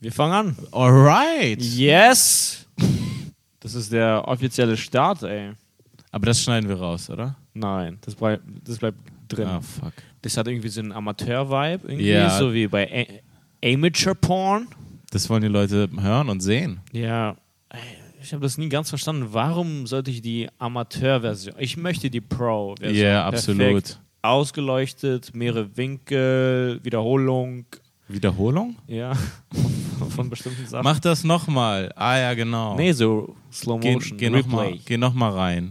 Wir fangen an. Alright. Yes! Das ist der offizielle Start, ey. Aber das schneiden wir raus, oder? Nein, das, blei das bleibt drin. Ah, fuck. Das hat irgendwie so einen Amateur-Vibe, irgendwie, Ja. so wie bei A Amateur Porn. Das wollen die Leute hören und sehen. Ja, ey, ich habe das nie ganz verstanden. Warum sollte ich die Amateur-Version? Ich möchte die Pro-Version. Ja, Perfekt. absolut. Ausgeleuchtet, mehrere Winkel, Wiederholung, Wiederholung? ja, von bestimmten Sachen. Mach das nochmal. Ah ja, genau. nee, so Slow geh, Motion, geh nochmal Replay. geh noch mal rein.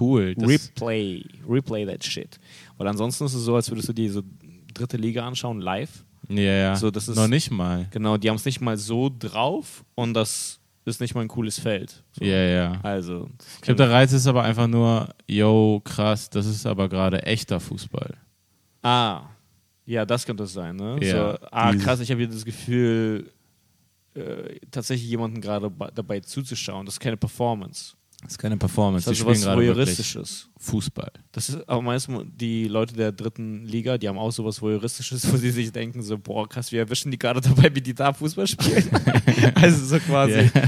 Cool. Das, Replay, replay that shit. Weil ansonsten ist es so, als würdest du diese dritte Liga anschauen, live. Ja, ja. So, das ist- Noch nicht mal. Genau, die haben es nicht mal so drauf und das ist nicht mal ein cooles Feld. So. Ja, ja. Also, das Ich glaube, der Reiz ist aber einfach nur, yo, krass, das ist aber gerade echter Fußball. Ah, ja, das könnte es sein, ne? Ja, So, ah, dieses- krass, ich habe hier das Gefühl, äh, tatsächlich jemanden gerade ba- dabei zuzuschauen. Das ist keine Performance. Das ist keine Performance. Das ist Die also spielen was gerade wirklich Voyeuristisches. Fußball. Das ist aber meistens die Leute der dritten Liga, die haben auch sowas Voyeuristisches, wo sie sich denken, so, boah, krass, wir erwischen die gerade dabei, wie die da Fußball spielen. also so quasi.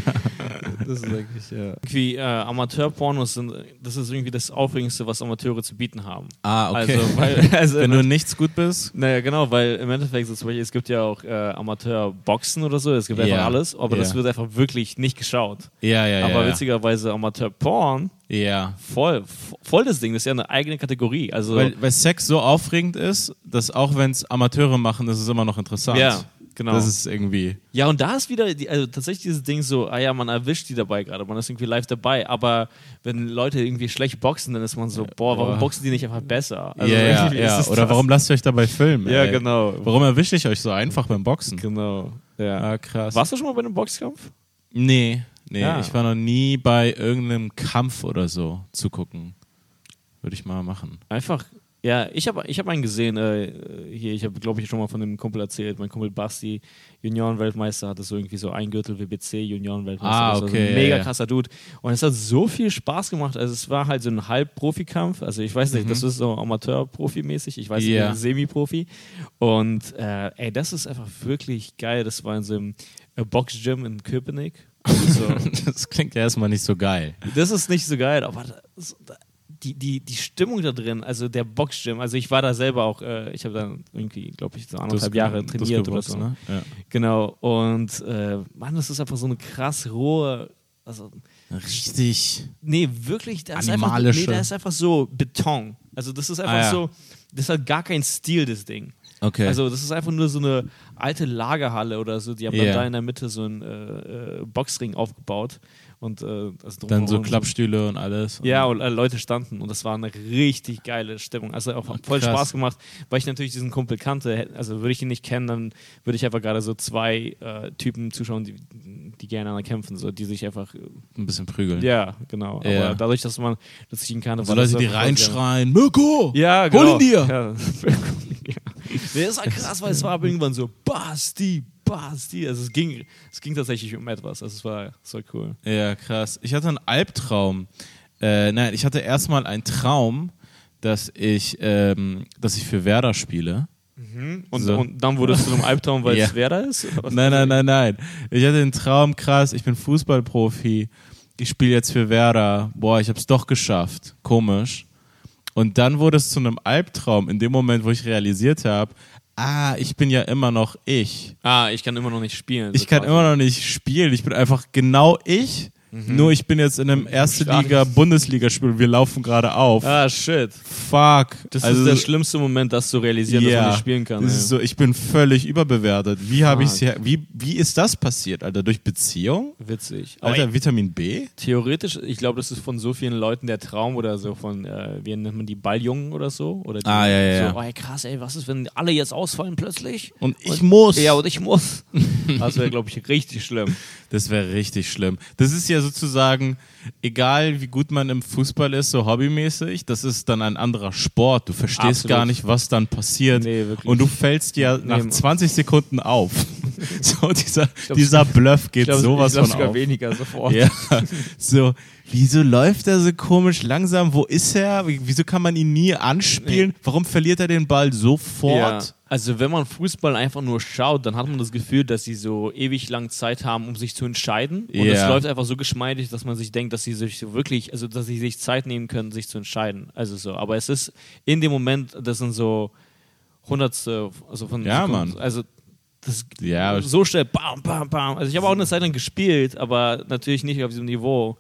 Das ist eigentlich, ja. Irgendwie äh, Amateurpornos sind, das ist irgendwie das Aufregendste, was Amateure zu bieten haben. Ah, Also, weil, also Wenn du in nichts gut bist, Naja, genau, weil im Endeffekt, so zum Beispiel, es gibt ja auch äh, Amateurboxen oder so, es gibt Ja. einfach alles, aber das Ja. wird einfach wirklich nicht geschaut. ja, ja, ja. aber ja. witzigerweise Amateurporn, Ja. voll, vo- voll das Ding, das ist ja eine eigene Kategorie. Also, Weil, weil Sex so aufregend ist, dass auch wenn es Amateure machen, ist es immer noch interessant. ja, genau. Das ist irgendwie. ja, und da ist wieder, die, also tatsächlich dieses Ding so, ah ja, man erwischt die dabei gerade, man ist irgendwie live dabei, aber wenn Leute irgendwie schlecht boxen, dann ist man so, boah, warum boah. boxen die nicht einfach besser? Ja, Also ja, irgendwie ist ja. es Oder das. warum lasst ihr euch dabei filmen? Ja, ey? genau. Warum erwische ich euch so einfach beim Boxen? Genau. Ja. Ah, krass. Warst du schon mal bei einem Boxkampf? Nee, nee. Ja. Ich war noch nie bei irgendeinem Kampf oder so zu gucken. Würde ich mal machen. Einfach, ja, ich habe ich hab einen gesehen, äh, hier, ich habe, glaube ich, schon mal von dem Kumpel erzählt, mein Kumpel Basti, Juniorenweltmeister, hatte so irgendwie so ein Gürtel WBC, Juniorenweltmeister. Ah, Das war so okay, ein ja, mega ja. krasser Dude. Und es hat so viel Spaß gemacht, also es war halt so ein Halbprofikampf, also ich weiß nicht, das ist so Amateur-Profi-mäßig, ich weiß nicht, Mhm. Ja. Semi-Profi. Und äh, ey, das ist einfach wirklich geil, das war in so einem äh, Box-Gym in Köpenick. Also, so, Das klingt ja erstmal nicht so geil. das ist nicht so geil, aber das, da- die, die, die Stimmung da drin, also der Boxgym, also ich war da selber auch, äh, ich habe da irgendwie, glaube ich, so Du hast anderthalb Jahre ge- du hast trainiert oder gewusst, so. Ne? Ja. Genau, und äh, Mann, das ist einfach so eine krass rohe, also, Richtig. nee, wirklich, das ist einfach, Animalische. nee, da ist einfach so Beton. Also das ist einfach Ah, ja. so, das hat gar keinen Stil, das Ding. Okay. Also das ist einfach nur so eine alte Lagerhalle oder so. Die haben Ja. dann da in der Mitte so einen äh, äh, Boxring aufgebaut und äh, also dann so drumherum Klappstühle und alles. ja, und äh, Leute standen und das war eine richtig geile Stimmung. Also auch voll krass. Spaß gemacht, weil ich natürlich diesen Kumpel kannte. Hätt- Also würde ich ihn nicht kennen, dann würde ich einfach gerade so zwei äh, Typen zuschauen, die, die gerne aneinander kämpfen, so, die sich einfach. Ein bisschen prügeln. Mhm. Ja, Also genau. Aber Ja. dadurch, dass man, dass ich ihn kannte, So Leute, das die voll geil. reinschreien, Mirko! Ja, genau. ihn dir! Ja. Nee, das war halt krass, weil es war aber irgendwann so Basti, Basti. Also es ging, es ging tatsächlich um etwas. Also es war, es war cool. Ja, krass. Ich hatte einen Albtraum. Äh, nein, ich hatte erstmal einen Traum, dass ich, ähm, dass ich für Werder spiele. Und, So. und dann wurde es zu einem Albtraum, weil es Ja. wer da ist? Oder was? Nein, nein, nein, nein. Ich hatte den Traum, krass, ich bin Fußballprofi, ich spiele jetzt für Werder. Boah, ich hab's doch geschafft. Komisch. Und dann wurde es zu einem Albtraum, in dem Moment, wo ich realisiert habe, ah, ich bin ja immer noch ich. Ah, ich kann immer noch nicht spielen. Ich kann immer noch nicht spielen. Ich bin einfach genau ich. Nur ich bin jetzt in einem erste Stark. Liga, Bundesligaspiel und wir laufen gerade auf. Ah, shit. Fuck. Also Das ist der schlimmste Moment, das zu realisieren, dass ja. man nicht spielen kann. Das ey. ist so, ich bin völlig überbewertet. Wie habe ich's Fuck. hier, wie, wie ist das passiert, Alter? Durch Beziehung? Witzig. Aber Alter, Vitamin B? theoretisch, ich glaube, das ist von so vielen Leuten der Traum oder so von, äh, wie nennt man die, Balljungen oder so? Oder die, Ah, ja, ja, So, ja. oh, ey, krass, ey, was ist, wenn alle jetzt ausfallen plötzlich? Und ich muss. Ja, und ich muss. Das wäre, glaube ich, richtig schlimm. Das wäre richtig schlimm. Das ist ja sozusagen, egal wie gut man im Fußball ist, so hobbymäßig, das ist dann ein anderer Sport. Du verstehst Absolut. gar nicht, was dann passiert. Nee, wirklich. und du fällst ja nach Nee, 20 Sekunden auf. So, dieser, glaub, dieser Bluff geht Ich glaub, sowas ich glaub, von sogar auf. weniger sofort. Ja, so, wieso läuft er so komisch langsam? Wo ist er? Wie- Wieso kann man ihn nie anspielen? Warum verliert er den Ball sofort? Ja. Also wenn man Fußball einfach nur schaut, dann hat man das Gefühl, dass sie so ewig lang Zeit haben, um sich zu entscheiden. Und es Ja. läuft einfach so geschmeidig, dass man sich denkt, dass sie sich so wirklich, also dass sie sich Zeit nehmen können, sich zu entscheiden. Also so. Aber es ist in dem Moment, das sind so Hundertste, also von Ja, Sekunden. Mann. Also das Ja, so schnell, bam, bam, bam. Also ich habe auch eine Zeit lang gespielt, aber natürlich nicht auf diesem Niveau.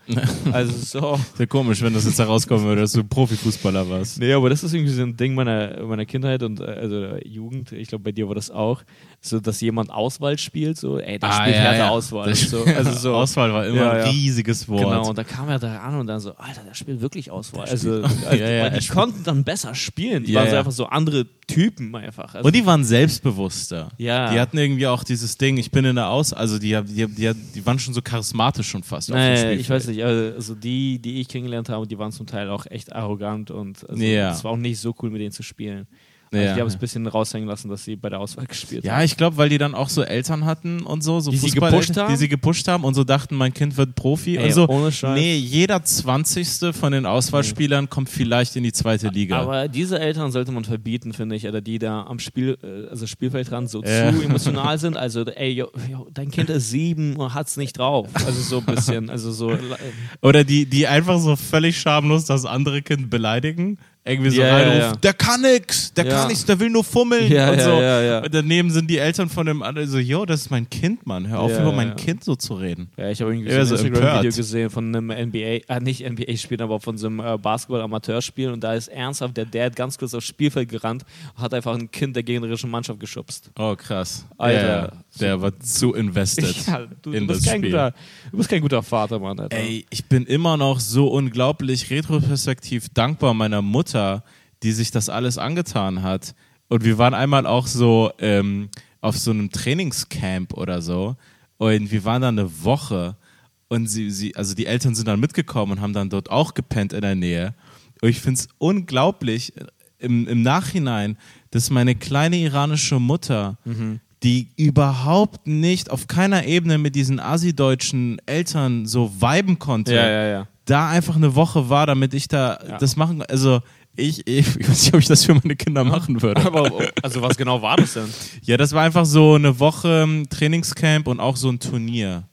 Also so. Sehr komisch, wenn das jetzt herauskommen würde, dass du Profifußballer warst. Nee, aber das ist irgendwie so ein Ding meiner, meiner Kindheit und äh, also der Jugend. Ich glaube, bei dir war das auch. So, dass jemand Auswahl spielt, so, ey, da spielt Hertha Auswahl. Ah, Das- und so. Also so. Auswahl war immer Ja, ja. ein riesiges Wort. Genau, und dann kam er da an und dann so, Alter, der spielt wirklich Auswahl. Also, also Ja, weil ja, er die spielt- konnten dann besser spielen. Die Ja, waren so ja. einfach so andere Typen einfach. Also, Und die waren selbstbewusster. Ja. Die hatten irgendwie auch dieses Ding, ich bin in der Aus... Also die, die, die, die waren schon so charismatisch schon fast auf dem naja, Spielfeld. ich weiß nicht, also, also die, die ich kennengelernt habe, die waren zum Teil auch echt arrogant und also, Ja. es war auch nicht so cool, mit denen zu spielen. Also, Ja. Die haben es ein bisschen raushängen lassen, dass sie bei der Auswahl gespielt haben. Ja, ich glaube, weil die dann auch so Eltern hatten und so, so Die sie Fußballeltern, gepusht haben? die sie gepusht haben und so dachten, mein Kind wird Profi Ey, und so. ohne Scheiß. Nee, jeder 20. von den Auswahlspielern kommt vielleicht in die zweite Liga. Aber diese Eltern sollte man verbieten, finde ich, oder die da am Spiel, äh, also Spielfeldrand so Ja. zu emotional sind. Also, ey, jo, jo, dein Kind ist sieben und hat's nicht drauf. Also so ein bisschen, also so. äh, Oder die, die einfach so völlig schamlos das andere Kind beleidigen. Irgendwie so Ja, ja, reinruft, ja. der kann nix, der Ja. kann nix, der will nur fummeln Ja, und ja, so. ja, ja. Und daneben sind die Eltern von dem anderen so, yo, das ist mein Kind, Mann. Hör auf, Ja, über ja, mein ja. Kind so zu reden. Ja, ich habe irgendwie Ja, so so ein Instagram-Video empört. gesehen von einem NBA, äh, nicht NBA-Spielen, aber von so einem äh, Basketball-Amateurspiel und da ist ernsthaft der Dad ganz kurz aufs Spielfeld gerannt und hat einfach ein Kind der gegnerischen Mannschaft geschubst. Oh, krass. Alter. Ja, ja. der war zu invested Ja, du, du, in bist das kein Spiel. guter, du bist kein guter Vater, Mann. Alter. Ey, ich bin immer noch so unglaublich retroperspektiv dankbar meiner Mutter, die sich das alles angetan hat. Und wir waren einmal auch so ähm, auf so einem Trainingscamp oder so. Und wir waren da eine Woche. Und sie, sie, also die Eltern sind dann mitgekommen und haben dann dort auch gepennt in der Nähe. Und ich finde es unglaublich äh, im, im Nachhinein, dass meine kleine iranische Mutter, Mhm. die überhaupt nicht auf keiner Ebene mit diesen asideutschen Eltern so viben konnte, Ja, ja, ja. da einfach eine Woche war, damit ich da Ja. das machen Also ich, ich, ich weiß nicht, ob ich das für meine Kinder machen würde. Aber, also was genau war das denn? Ja, das war einfach so eine Woche ähm, Trainingscamp und auch so ein Turnier.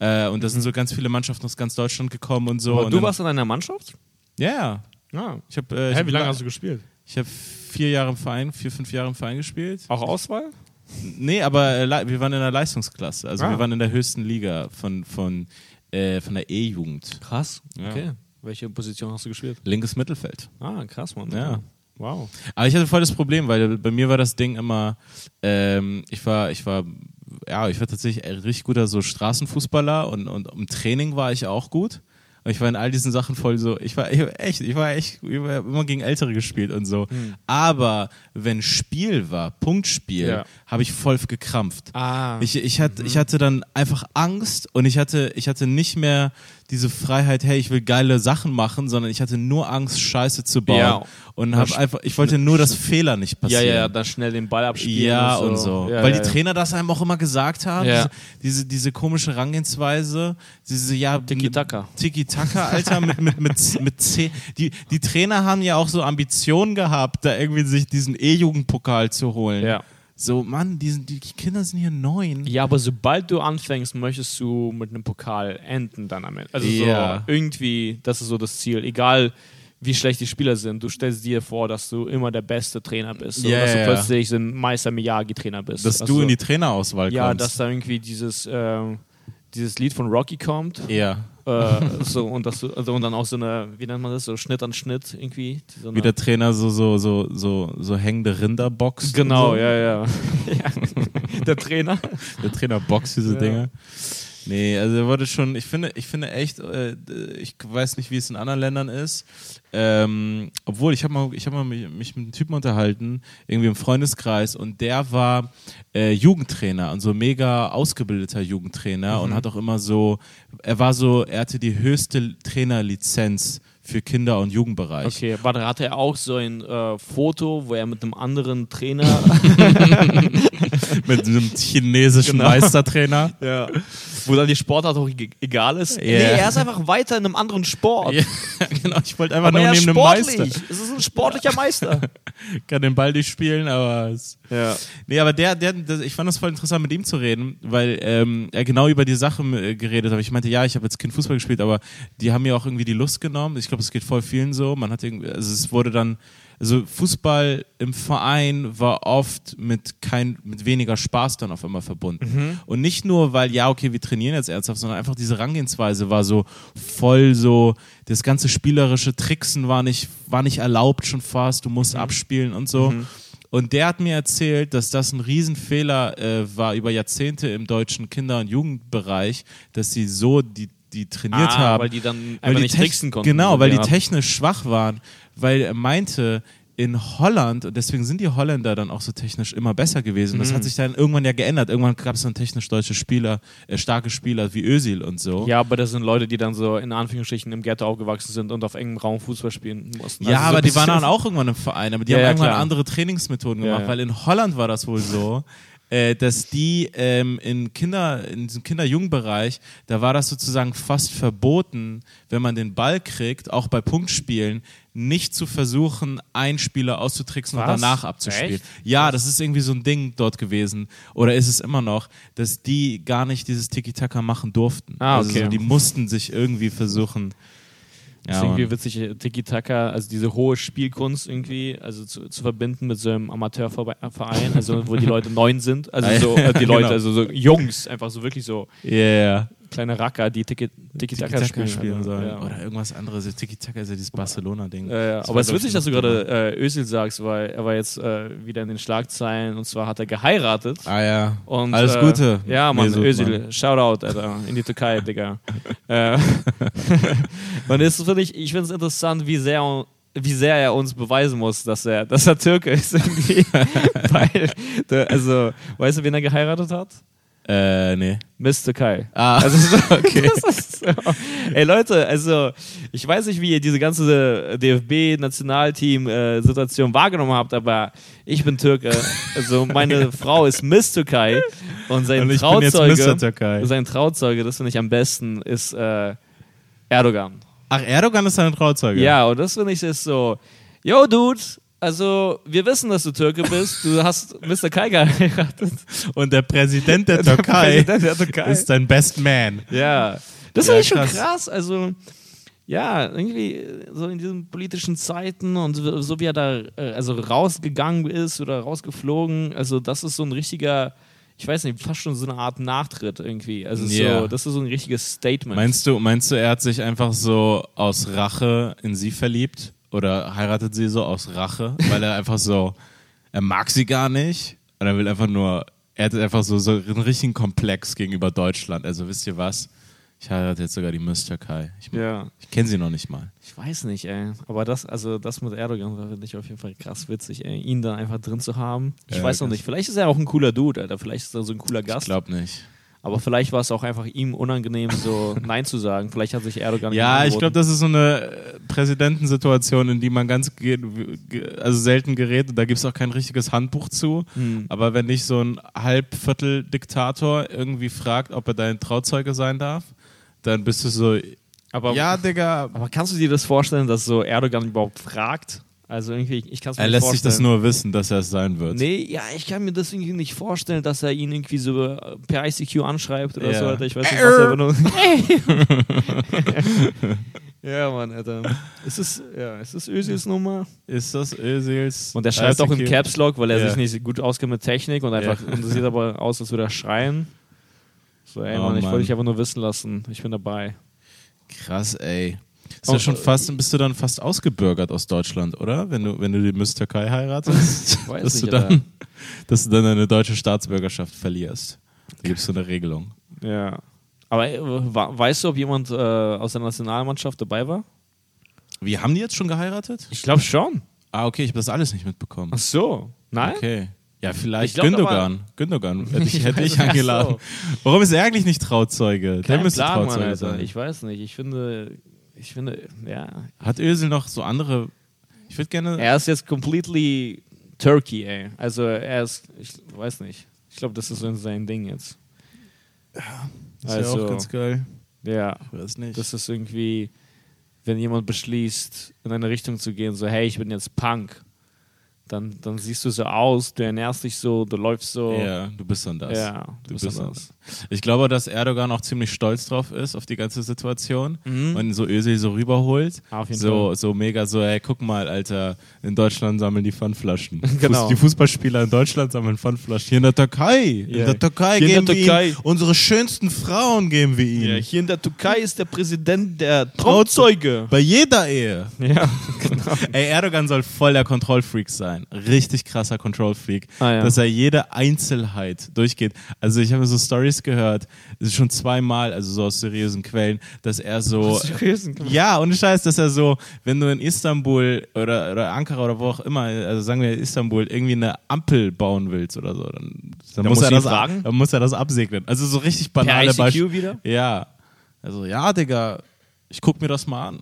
Äh, und da sind so ganz viele Mannschaften aus ganz Deutschland gekommen und so. und Mhm. du dann- warst in einer Mannschaft? Ja, ja. Ja. Ich habe äh, ich Hä, hab wie lange la- hast du gespielt? Ich habe vier Jahre im Verein, vier, fünf Jahre im Verein gespielt. Auch Auswahl? Nee, aber äh, le- wir waren in der Leistungsklasse. Also Ah. wir waren in der höchsten Liga von, von, äh, von der E-Jugend. Krass. Ja. Okay. Welche Position hast du gespielt? Linkes Mittelfeld. Ah, krass, Mann. Ja. Wow. Aber ich hatte voll das Problem, weil bei mir war das Ding immer, ähm, ich war, ich war, ja, ich war tatsächlich ein richtig guter so Straßenfußballer und, und im Training war ich auch gut. Und ich war in all diesen Sachen voll so, ich war ich war echt, ich war echt, ich war immer gegen Ältere gespielt und so. Hm. Aber wenn Spiel war, Punktspiel, Ja. habe ich voll gekrampft. Ah. Ich, ich, hatte, ich hatte dann einfach Angst und ich hatte, ich hatte nicht mehr diese Freiheit, hey, ich will geile Sachen machen, sondern ich hatte nur Angst, Scheiße zu bauen. Ja. Und hab einfach, ich wollte nur, dass Fehler nicht ja, passieren. ja, ja, dann schnell den Ball abspielen. Ja, und so. Ja, Weil ja, die ja. Trainer das einem auch immer gesagt haben. Ja. Diese, diese, diese komische Herangehensweise. Diese, ja, Tiki-Taka. Tiki-Taka, Alter, mit, mit, mit, mit C. Die, die Trainer haben ja auch so Ambitionen gehabt, da irgendwie sich diesen E-Jugendpokal zu holen. Ja. So, Mann, die, sind, die Kinder sind hier neun. Ja, aber sobald du anfängst, möchtest du mit einem Pokal enden dann am Ende. Also Ja. so irgendwie, das ist so das Ziel. Egal wie schlecht die Spieler sind, du stellst dir vor, dass du immer der beste Trainer bist. So, Ja, dass ja, du ja. plötzlich so ein Meister Miyagi-Trainer bist. Dass Also, du in die Trainerauswahl Ja, dass kommst. da irgendwie dieses, ähm, dieses Lied von Rocky kommt. Ja, äh, so und das so- also, und dann auch so eine wie nennt man das so Schnitt an Schnitt irgendwie so eine, wie der Trainer so, so, so, so, so hängende Rinder boxt. genau und so. ja, ja ja der Trainer Der Trainer boxt diese Ja. Dinge. Nee, also er wurde schon, ich finde, ich finde echt, äh, ich weiß nicht, wie es in anderen Ländern ist. Ähm, obwohl, ich habe mal, ich hab mal mich, mich mit einem Typen unterhalten, irgendwie im Freundeskreis, und der war äh, Jugendtrainer und so mega ausgebildeter Jugendtrainer Mhm. und hat auch immer so, er war so, er hatte die höchste Trainerlizenz für Kinder- und Jugendbereich. okay warte hatte er auch so ein äh, Foto wo er mit einem anderen Trainer Mit einem chinesischen Genau. Meistertrainer. Ja. Wo dann die Sportart auch e- egal ist. Nee, er ist einfach weiter in einem anderen Sport. Ja, genau, ich wollte einfach Aber nur er ist neben einem sportlich. Meister. Es ist ein sportlicher Meister. Kann den Ball nicht spielen, aber es ja. Nee, aber der, der, das- ich fand das voll interessant, mit ihm zu reden, weil ähm, er genau über die Sachen äh, geredet hat. Ich meinte, ja, ich habe als Kind Fußball gespielt, aber die haben mir auch irgendwie die Lust genommen. Ich glaube, es geht voll vielen so. Man hat irgendwie, also es wurde dann, also Fußball im Verein war oft mit kein, mit weniger Spaß dann auf einmal verbunden. Und nicht nur, weil, ja, okay, wir trainieren jetzt ernsthaft, sondern einfach diese Herangehensweise war so voll so, das ganze spielerische Tricksen war nicht, war nicht erlaubt schon fast, du musst abspielen und so. Und der hat mir erzählt, dass das ein Riesenfehler äh, war über Jahrzehnte im deutschen Kinder- und Jugendbereich, dass sie so die, die trainiert Ah, haben. weil die dann Weil einfach die nicht tech- tricksen konnten. Genau, weil die Ja. technisch schwach waren. Weil er meinte, in Holland, und deswegen sind die Holländer dann auch so technisch immer besser gewesen. Das Mhm. hat sich dann irgendwann ja geändert. Irgendwann gab es dann technisch deutsche Spieler, äh, starke Spieler wie Özil und so. Ja, aber das sind Leute, die dann so in Anführungsstrichen im Ghetto aufgewachsen sind und auf engem Raum Fußball spielen mussten. Ja, Also so aber ein die waren bisschen- dann auch irgendwann im Verein, aber die Ja, haben ja, irgendwann klar. andere Trainingsmethoden Ja, gemacht, ja. weil in Holland war das wohl so. äh, Dass die ähm, in Kinder, in diesem Kinder-Jung-Bereich, da war das sozusagen fast verboten, wenn man den Ball kriegt, auch bei Punktspielen, nicht zu versuchen, einen Spieler auszutricksen und Was? danach abzuspielen. Echt? Ja, das ist irgendwie so ein Ding dort gewesen. Oder ist es immer noch, dass die gar nicht dieses Tiki-Taka machen durften. Ah, Also okay. so, die mussten sich irgendwie versuchen. Das Ja, ist irgendwie Mann. witzig, äh, Tiki-Taka, also diese hohe Spielkunst irgendwie, also zu, zu verbinden mit so einem Amateurverein, also wo die Leute neun sind, also so, äh, die Leute, Genau. also so Jungs, einfach so wirklich so yeah. kleine Racker, die Tiki- Tiki-Taka Tiki-Taka spielen. spielen also, sollen. ja. Äh. Oder irgendwas anderes. Tiki-Taka ist ja dieses Barcelona-Ding. Ja, ja. Das Aber war, es ist glaub ich, witzig, dass du noch- genau. gerade äh, Özil sagst, weil er war jetzt äh, wieder in den Schlagzeilen und zwar hat er geheiratet. Ah ja. Und, Alles äh, Gute. Ja, Mann, Mesut, Özil, Mann. Shoutout, Alter, in die Türkei, Digga. Äh, Man ist finde ich, ich finde es interessant, wie sehr, wie sehr er uns beweisen muss, dass er, dass er Türke ist. Irgendwie. Weil, der, also, weißt du, wen er geheiratet hat? Äh, nee. Miss Türkei. Ah, Also, so, okay. das ist so. Ey Leute, also ich weiß nicht, wie ihr diese ganze äh, DFB-Nationalteam-Situation äh, wahrgenommen habt, aber ich bin Türke. Also meine Frau ist Miss Türkei und sein Und ich bin jetzt Trauzeuge, Mr. Türkei. sein Trauzeuge, das finde ich am besten, ist äh, Erdogan. Ach, Erdogan ist dein Trauzeuge. Ja, und das finde ich ist so, yo Dude, also wir wissen, dass du Türke bist, du hast Mr. Kai geheiratet. Und der Präsident der Türkei Präsident der Türkei. ist dein Best Man. Ja. Das Ja, finde ich schon krass. krass. Also, ja, irgendwie äh, so in diesen politischen Zeiten und so so wie er da äh, also rausgegangen ist oder rausgeflogen, also das ist so ein richtiger, ich weiß nicht, fast schon so eine Art Nachtritt irgendwie. Also Ja. so, das ist so ein richtiges Statement. Meinst du, meinst du, er hat sich einfach so aus Rache in sie verliebt? Oder heiratet sie so aus Rache? Weil er einfach so, er mag sie gar nicht. Und er will einfach nur, er hat einfach so, so einen richtigen Komplex gegenüber Deutschland. Also wisst ihr was? Ich heirate jetzt sogar die Müsterkei. Ich, ja, ich kenne sie noch nicht mal. ich weiß nicht, ey. Aber das, also das mit Erdogan war finde ich auf jeden Fall krass witzig, ey. ihn dann einfach drin zu haben. Ich Ja, weiß noch krass. nicht. Vielleicht ist er auch ein cooler Dude, Alter. Vielleicht ist er so ein cooler Gast. Ich glaube nicht. Aber vielleicht war es auch einfach ihm unangenehm, so Nein zu sagen. Vielleicht hat sich Erdogan. Ja, ich glaube, angeboten. das ist so eine äh, Präsidentensituation, in die man ganz ge ge- also selten gerät. Und da gibt es auch kein richtiges Handbuch zu. Hm. Aber wenn dich so ein Halbviertel-Diktator irgendwie fragt, ob er dein Trauzeuge sein darf, dann bist du so, Aber, ja, Digga. aber kannst du dir das vorstellen, dass so Erdogan überhaupt fragt? Also irgendwie, ich kann es mir Er nicht lässt sich vorstellen. das nur wissen, dass er es sein wird. Nee, ja, ich kann mir das irgendwie nicht vorstellen, dass er ihn irgendwie so äh, per ICQ anschreibt oder Ja. so, Alter. Ich weiß nicht, was er benutzt. ja, Mann, Alter. Es ist, ja, es ist Özils Nummer. Ist das Özils? Und er schreibt auch im ICQ? Caps Lock, weil er Ja. sich nicht gut auskennt mit Technik und einfach, Ja. und es sieht aber aus, als würde er schreien. So, ey, Oh, Mann, ich Mann. wollte dich einfach nur wissen lassen. Ich bin dabei. Krass, ey. Ist Oh, ja schon äh, fast, bist du dann fast ausgebürgert aus Deutschland, oder? Wenn du, wenn du die Miss Türkei heiratest, Weiß dass, nicht, du Alter. dann, dass du dann deine deutsche Staatsbürgerschaft verlierst. Da gibt es so eine Regelung. Ja. Aber äh, wa- weißt du, ob jemand äh, aus der Nationalmannschaft dabei war? Wie haben die jetzt schon geheiratet? Ich glaube schon. Ah, okay, ich habe das alles nicht mitbekommen. Ach so. Nein? Okay. Ja, Ich vielleicht glaub, Gündogan. Gündogan hätte ich, Ich hätte ich weiß, ach eingeladen. Warum ist er eigentlich nicht Trauzeuge? Kein der müsste Plan, Mann, Trauzeuge Alter. sein. Ich weiß nicht. Ich finde, ich finde, ja. Hat Özil noch so andere. Ich würde gerne. Er ist jetzt completely Turkey, ey. Also er ist, ich weiß nicht. Ich glaube, das ist so sein Ding jetzt. Ist ja Also- auch ganz geil. Ja, Ich weiß nicht. das ist irgendwie, wenn jemand beschließt, in eine Richtung zu gehen, so, hey, ich bin jetzt Punk, dann, dann siehst du so aus, du ernährst dich so, du läufst so. ja, du bist dann das. Ja, du, Du bist, bist anders. Ich glaube, dass Erdogan auch ziemlich stolz drauf ist, auf die ganze Situation Mhm. Ah, und so Özil so rüberholt. Auf jeden so, so mega so, ey, guck mal, Alter, in Deutschland sammeln die Pfandflaschen. Genau. Fuß- Die Fußballspieler in Deutschland sammeln Pfandflaschen. Hier in der Türkei. Ja. In der Türkei Hier in geben der wir Türkei. ihnen unsere schönsten Frauen geben wir ihnen. hier in der Türkei ist der Präsident der Trauzeuge. Bei jeder Ehe. Ja, genau. Ey, Erdogan soll voll der Kontrollfreak sein. Richtig krasser Kontrollfreak. Ah, ja. Dass er jede Einzelheit durchgeht. Also ich habe so Stories gehört, das ist schon zweimal, also so aus seriösen Quellen, dass er so... Ja, und Scheiß, dass er so, wenn du in Istanbul oder, oder Ankara oder wo auch immer, also sagen wir Istanbul, irgendwie eine Ampel bauen willst oder so, dann, dann, muss, muss er sie das ab, fragen? dann muss er das absegnen. Also so richtig banale Per Beispiele. ICQ wieder? Ja. Also, ja, Digga, ich guck mir das mal an.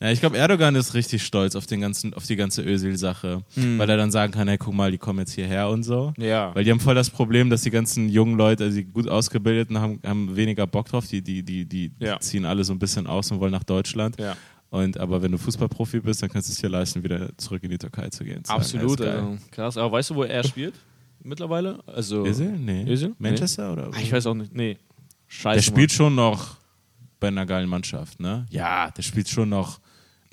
Ja, ich glaube, Erdogan ist richtig stolz auf, den ganzen, auf die ganze Özil-Sache, weil er dann sagen kann, hey, guck mal, die kommen jetzt hierher und so. Hm. Ja. Weil die haben voll das Problem, dass die ganzen jungen Leute, also die gut ausgebildeten, haben, haben weniger Bock drauf, die, die, die, die Ja. ziehen alle so ein bisschen aus und wollen nach Deutschland. Ja. Und, aber wenn du Fußballprofi bist, dann kannst du es dir leisten, wieder zurück in die Türkei zu gehen. Zu Absolut, sagen, alles geil. also, krass. Aber weißt du, wo er spielt mittlerweile? Also, Özil? Nee. Özil? Manchester oder? Ah, Ich weiß auch nicht. Nee. Scheiße. der spielt Mann. schon noch bei einer geilen Mannschaft, ne? Ja, der spielt schon noch.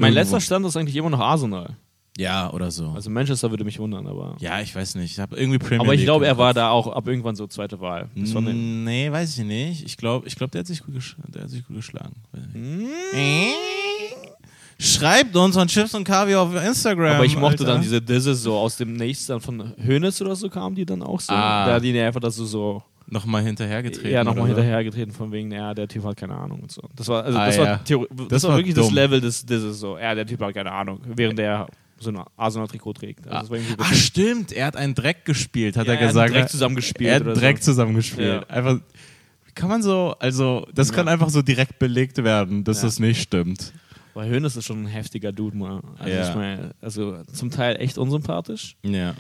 Mein irgendwo. letzter Stand ist eigentlich immer noch Arsenal. Ja, oder so. Also Manchester würde mich wundern, aber. Ja, ich weiß nicht. Mm. Ich habe irgendwie Premier Aber ich League glaube, im er Kopf. Hm, war da auch ab irgendwann so zweite Wahl. Das war eine- Nee, weiß ich nicht. Ich glaube, ich glaub, der, hat sich gut gesch- der hat sich gut geschlagen. Weiß ich Hm? nicht. Schreibt uns von Chips und Kaviar auf Instagram. aber ich mochte Alter. dann diese Disse so aus dem Nächsten von Hönes oder so kam die dann auch so. Ah. Da hat die einfach das so, so Nochmal hinterhergetreten. ja, nochmal oder so. hinterhergetreten von wegen, ja, der Typ hat keine Ahnung und so. Das war, also Ah, das, ja. war, Theor- das, Das war war wirklich das dumm. Level des Disses so. Ja, der Typ hat keine Ahnung, während der so ein Arsenal-Trikot trägt. Also das war irgendwie Ach, Ah, stimmt. Er hat einen Dreck gespielt, hat Ja, er gesagt. direkt zusammengespielt. Er hat oder Dreck so. zusammengespielt. Ja. Einfach. wie Kann man so, also, das kann einfach so direkt belegt werden, dass Ja. das nicht stimmt. Weil Hönes ist schon ein heftiger Dude, mal. Also, Ja. ich mein, also zum Teil echt unsympathisch. Ja.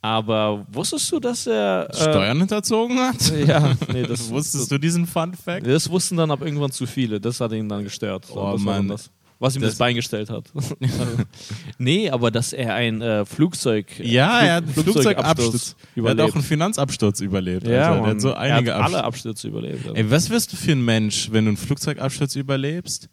Aber wusstest du, dass er. Äh, Steuern hinterzogen hat? Ja, nee, das Wusstest du diesen Fun Fact? Das wussten dann ab irgendwann zu viele. Das hat ihn dann gestört. So, Oh, das war dann Mann. Das, was ihm das, Das- Bein gestellt hat. nee, aber dass er ein äh, Flugzeug. Ja, Flug- er hat einen Flugzeugabsturz. Er hat auch einen Finanzabsturz überlebt. ja, Alter. Er Mann. hat so einige er hat alle Abstürze Abstürze. überlebt. Also. Ey, was wirst du für ein Mensch, wenn du einen Flugzeugabsturz überlebst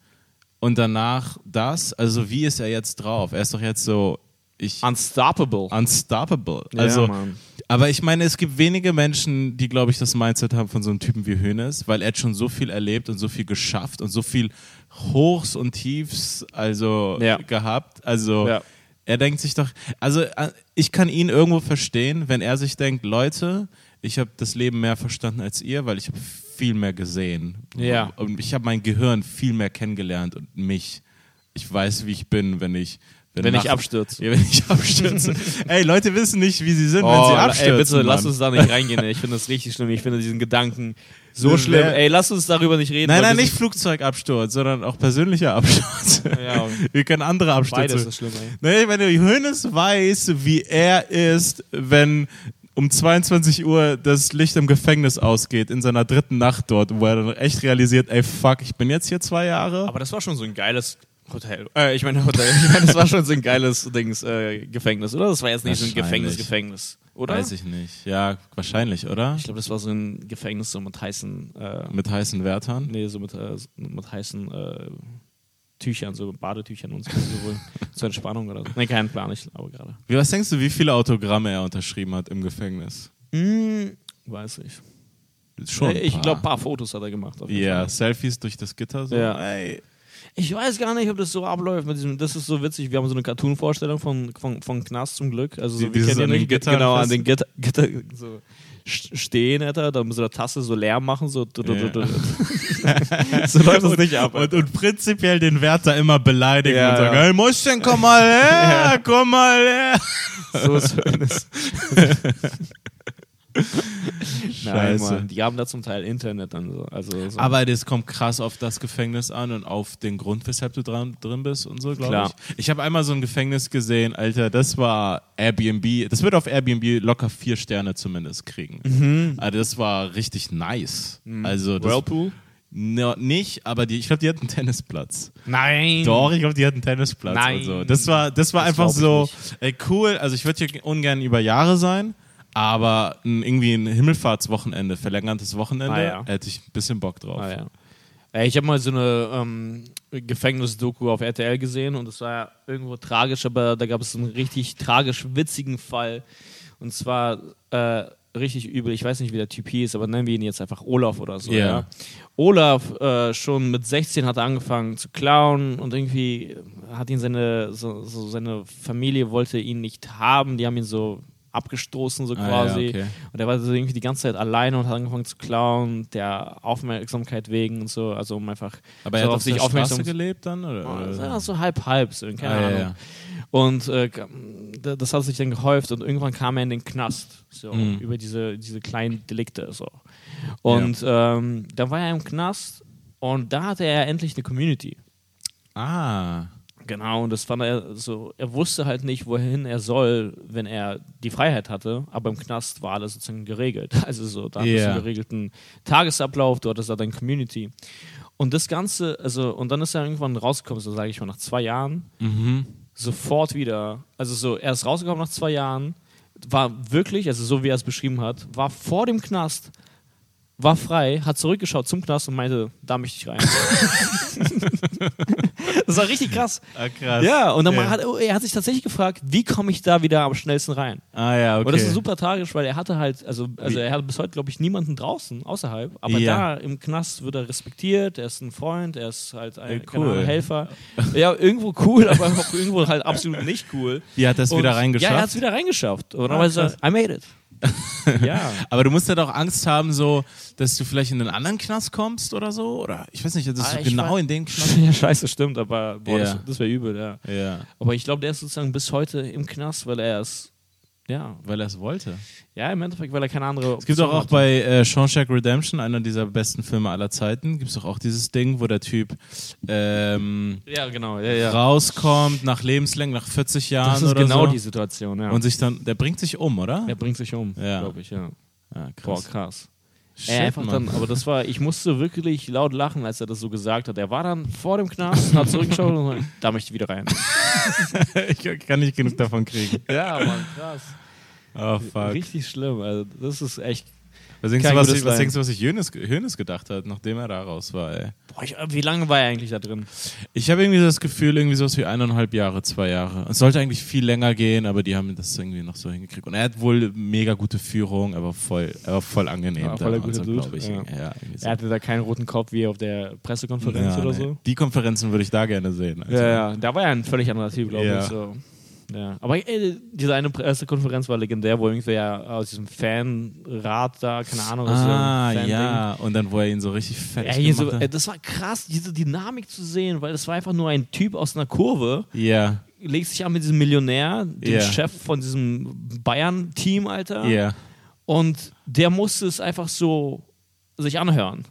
und danach das? Also, wie ist er jetzt drauf? Er ist doch jetzt so. Ich, Unstoppable. unstoppable. Also, ja, Mann. aber ich meine, es gibt wenige Menschen, die, glaube ich, das Mindset haben von so einem Typen wie Hoeneß, weil er hat schon so viel erlebt und so viel geschafft und so viel Hochs und Tiefs also Ja. gehabt. Also Ja. er denkt sich doch, also äh, ich kann ihn irgendwo verstehen, wenn er sich denkt, Leute, ich habe das Leben mehr verstanden als ihr, weil ich habe viel mehr gesehen. Ja. Und ich habe mein Gehirn viel mehr kennengelernt und mich. Ich weiß, wie ich bin, wenn ich Wenn ich nach- abstürze. ja, wenn ich abstürze. ey, Leute wissen nicht, wie sie sind, wenn Oh, sie abstürzen. ey, bitte Mann. lass uns da nicht reingehen. ey. Ich finde das richtig schlimm. Ich finde diesen Gedanken so Das schlimm. wär- Ey, lass uns darüber nicht reden. Nein, weil nein, wir nicht Flugzeugabsturz, sondern auch persönlicher Absturz. Ja. Wir können andere sind- Beides Abstürze. ist schlimm, ey. Nee, wenn du Hönes weiß, wie er ist, wenn um 22 Uhr das Licht im Gefängnis ausgeht, in seiner dritten Nacht dort, wo er dann echt realisiert, ey, fuck, ich bin jetzt hier zwei Jahre. Aber das war schon so ein geiles Hotel. Äh, ich meine Hotel. Ich meine, das war schon so ein geiles Dings, äh, Gefängnis, oder? Das war jetzt nicht so ein Gefängnis, Wahrscheinlich. Gefängnis, oder? ich nicht. Ja, wahrscheinlich, oder? Ich glaube, das war so ein Gefängnis so mit heißen, äh, Mit heißen Wärtern. nee, so mit, äh, so mit heißen äh, Tüchern, so Badetüchern und so, sowohl zur Entspannung oder so. Nee, keinen Plan, ich glaube gerade. Wie, was denkst du, wie viele Autogramme er unterschrieben hat im Gefängnis? Weiß ich. Schon. Hm. ein Äh, ich paar. glaube, ein paar Fotos hat er gemacht. auf jeden Ja, Fall. Selfies durch das Gitter. So. Ja. Ey. Ich weiß gar nicht, ob das so abläuft mit diesem. Das ist so witzig. Wir haben so eine Cartoon-Vorstellung von, von, von Knast zum Glück. Also so, Die- wir dieses kennen ja an den nicht Gittern genau an fest- den Gitter, Gitter so st- stehen, etwa, dann mit so einer Tasse so leer machen, so. du- du- Ja. du- du. so läuft das nicht ab. Und, und prinzipiell den Wärter immer beleidigen Ja, und sagen, ja. hey Mäuschen, komm mal her, Ja. komm mal her. so ist es. Scheiße. Mann. Die haben da zum Teil Internet dann so. Also so. Aber das kommt krass auf das Gefängnis an und auf den Grund, weshalb du dran, drin bist und so, glaube Klar. ich. Ich habe einmal so ein Gefängnis gesehen, Alter, das war Airbnb. Das wird auf Airbnb locker vier Sterne zumindest kriegen. Also das war richtig nice. Also das, Whirlpool? No, nicht, aber die, ich glaube, die hatten einen Tennisplatz. Nein. Doch, ich glaube, die hatten einen Tennisplatz Nein. und so. Das war, das war Das einfach glaub ich so ey, cool. Also ich würde hier ungern über Jahre sein, aber ein, irgendwie ein Himmelfahrtswochenende, verlängertes Wochenende, Ah, ja. hätte ich ein bisschen Bock drauf. Ah, ja. Äh, Ich habe mal so eine ähm, Gefängnisdoku auf RTL gesehen und es war ja irgendwo tragisch, aber da gab es einen richtig tragisch witzigen Fall. Und zwar äh, richtig übel, ich weiß nicht, wie der Typ hieß, aber nennen wir ihn jetzt einfach Olaf oder so. Ja. Ja? Olaf äh, schon mit 16 hat er angefangen zu klauen und irgendwie hat ihn seine, so, so seine Familie wollte ihn nicht haben, die haben ihn so abgestoßen, so Ah, ja, quasi. okay. Und er war so irgendwie die ganze Zeit alleine und hat angefangen zu klauen, der Aufmerksamkeit wegen und so, also um einfach Aber so er hat auf sich Oh, der Straße zu gelebt dann? Oder? ja, so halb halb, so, keine Ah, ja, Ahnung. ja. Und äh, g- d- das hat sich dann gehäuft und irgendwann kam er in den Knast, so Mhm. über diese, diese kleinen Delikte. So. Und ähm, dann war er im Knast und da hatte er endlich eine Community. Ah, Genau, und das fand er so, er wusste halt nicht, wohin er soll, wenn er die Freiheit hatte, aber im Knast war alles sozusagen geregelt. Also so, da hattest du Ja. einen geregelten Tagesablauf, dort ist da deine Community. Und das Ganze, also, und dann ist er irgendwann rausgekommen, so sage ich mal, nach zwei Jahren, sofort wieder, also so, er ist rausgekommen nach zwei Jahren, war wirklich, also so wie er es beschrieben hat, war vor dem Knast, war frei, hat zurückgeschaut zum Knast und meinte, da möchte ich rein. das war richtig krass. ah krass. Ja, und dann Ja. hat er hat sich tatsächlich gefragt, wie komme ich da wieder am schnellsten rein? Ah ja, okay. Und Oh, das ist super tragisch, weil er hatte halt, also, also Wie- er hat bis heute, glaube ich, niemanden draußen, außerhalb. Aber Ja. da im Knast wird er respektiert, er ist ein Freund, er ist halt ein Ey, keine Ahnung, cool. Helfer. Ja, irgendwo cool, aber auch irgendwo halt absolut nicht cool. Wie hat das Und- wieder reingeschafft? Ja, er hat es wieder reingeschafft. Und dann Ah, war er so, krass. I made it. ja. aber du musst ja doch Angst haben, so, dass du vielleicht in einen anderen Knast kommst oder so, oder? Ich weiß nicht, dass Ah, du ich genau war- in den Knast. ja, scheiße, stimmt, aber boah, Ja. das, das wäre übel, ja. Ja, Aber ich glaube, der ist sozusagen bis heute im Knast, weil er ist, ja, weil er es wollte. ja, im Endeffekt, weil er keine andere Es gibt doch Option auch hatte. bei äh, Shawshank Redemption, einer dieser besten Filme aller Zeiten, gibt es doch auch dieses Ding, wo der Typ ähm, Ja, genau. Ja, ja. rauskommt nach lebenslänglich, nach 40 Jahren Das ist oder genau so. die Situation, ja. Und sich dann, der bringt sich um, oder? er bringt sich um, Ja. glaube ich, ja. Ja, Boah, krass. krass. Shit, Äh, einfach Mann. dann, aber das war, ich musste wirklich laut lachen, als er das so gesagt hat. Er war dann vor dem Knast, hat zurückgeschaut und so, da möchte ich wieder rein. ich kann nicht genug davon kriegen. Ja, Mann, krass. Oh, fuck. Richtig schlimm. Also, das ist echt. Was denkst, du, Kein was, gutes ich- was Leim. denkst du, was sich Jönes, Jönes gedacht hat, nachdem er da raus war, ey? Boah, ich, wie lange war er eigentlich da drin? Ich habe irgendwie so das Gefühl, irgendwie sowas wie eineinhalb Jahre, zwei Jahre. Es sollte eigentlich viel länger gehen, aber die haben das irgendwie noch so hingekriegt. Und er hat wohl mega gute Führung, aber voll, er war voll angenehm. Ja, da voller und guter so, Dude, glaub Ich. ja. Ja. irgendwie so. Er hatte da keinen roten Kopf wie auf der Pressekonferenz Ja, oder nee. so. Die Konferenzen würde ich da gerne sehen. also. Ja, ja, da war ja ein völlig anderer Typ, glaube Ja. ich. So. Ja. Aber ey, diese eine Pressekonferenz war legendär, wo irgendwer ja aus diesem Fanrat da, keine Ahnung, aus Ah, diesem Fan-Ding. ja. Und dann, wo er ihn so richtig Ja, fett hier so, gemacht ey, hat. das war krass, diese Dynamik zu sehen, weil das war einfach nur ein Typ aus einer Kurve, Ja, legt sich an mit diesem Millionär, dem Ja. Chef von diesem Bayern-Team, Alter. ja. Und der musste es einfach so sich anhören.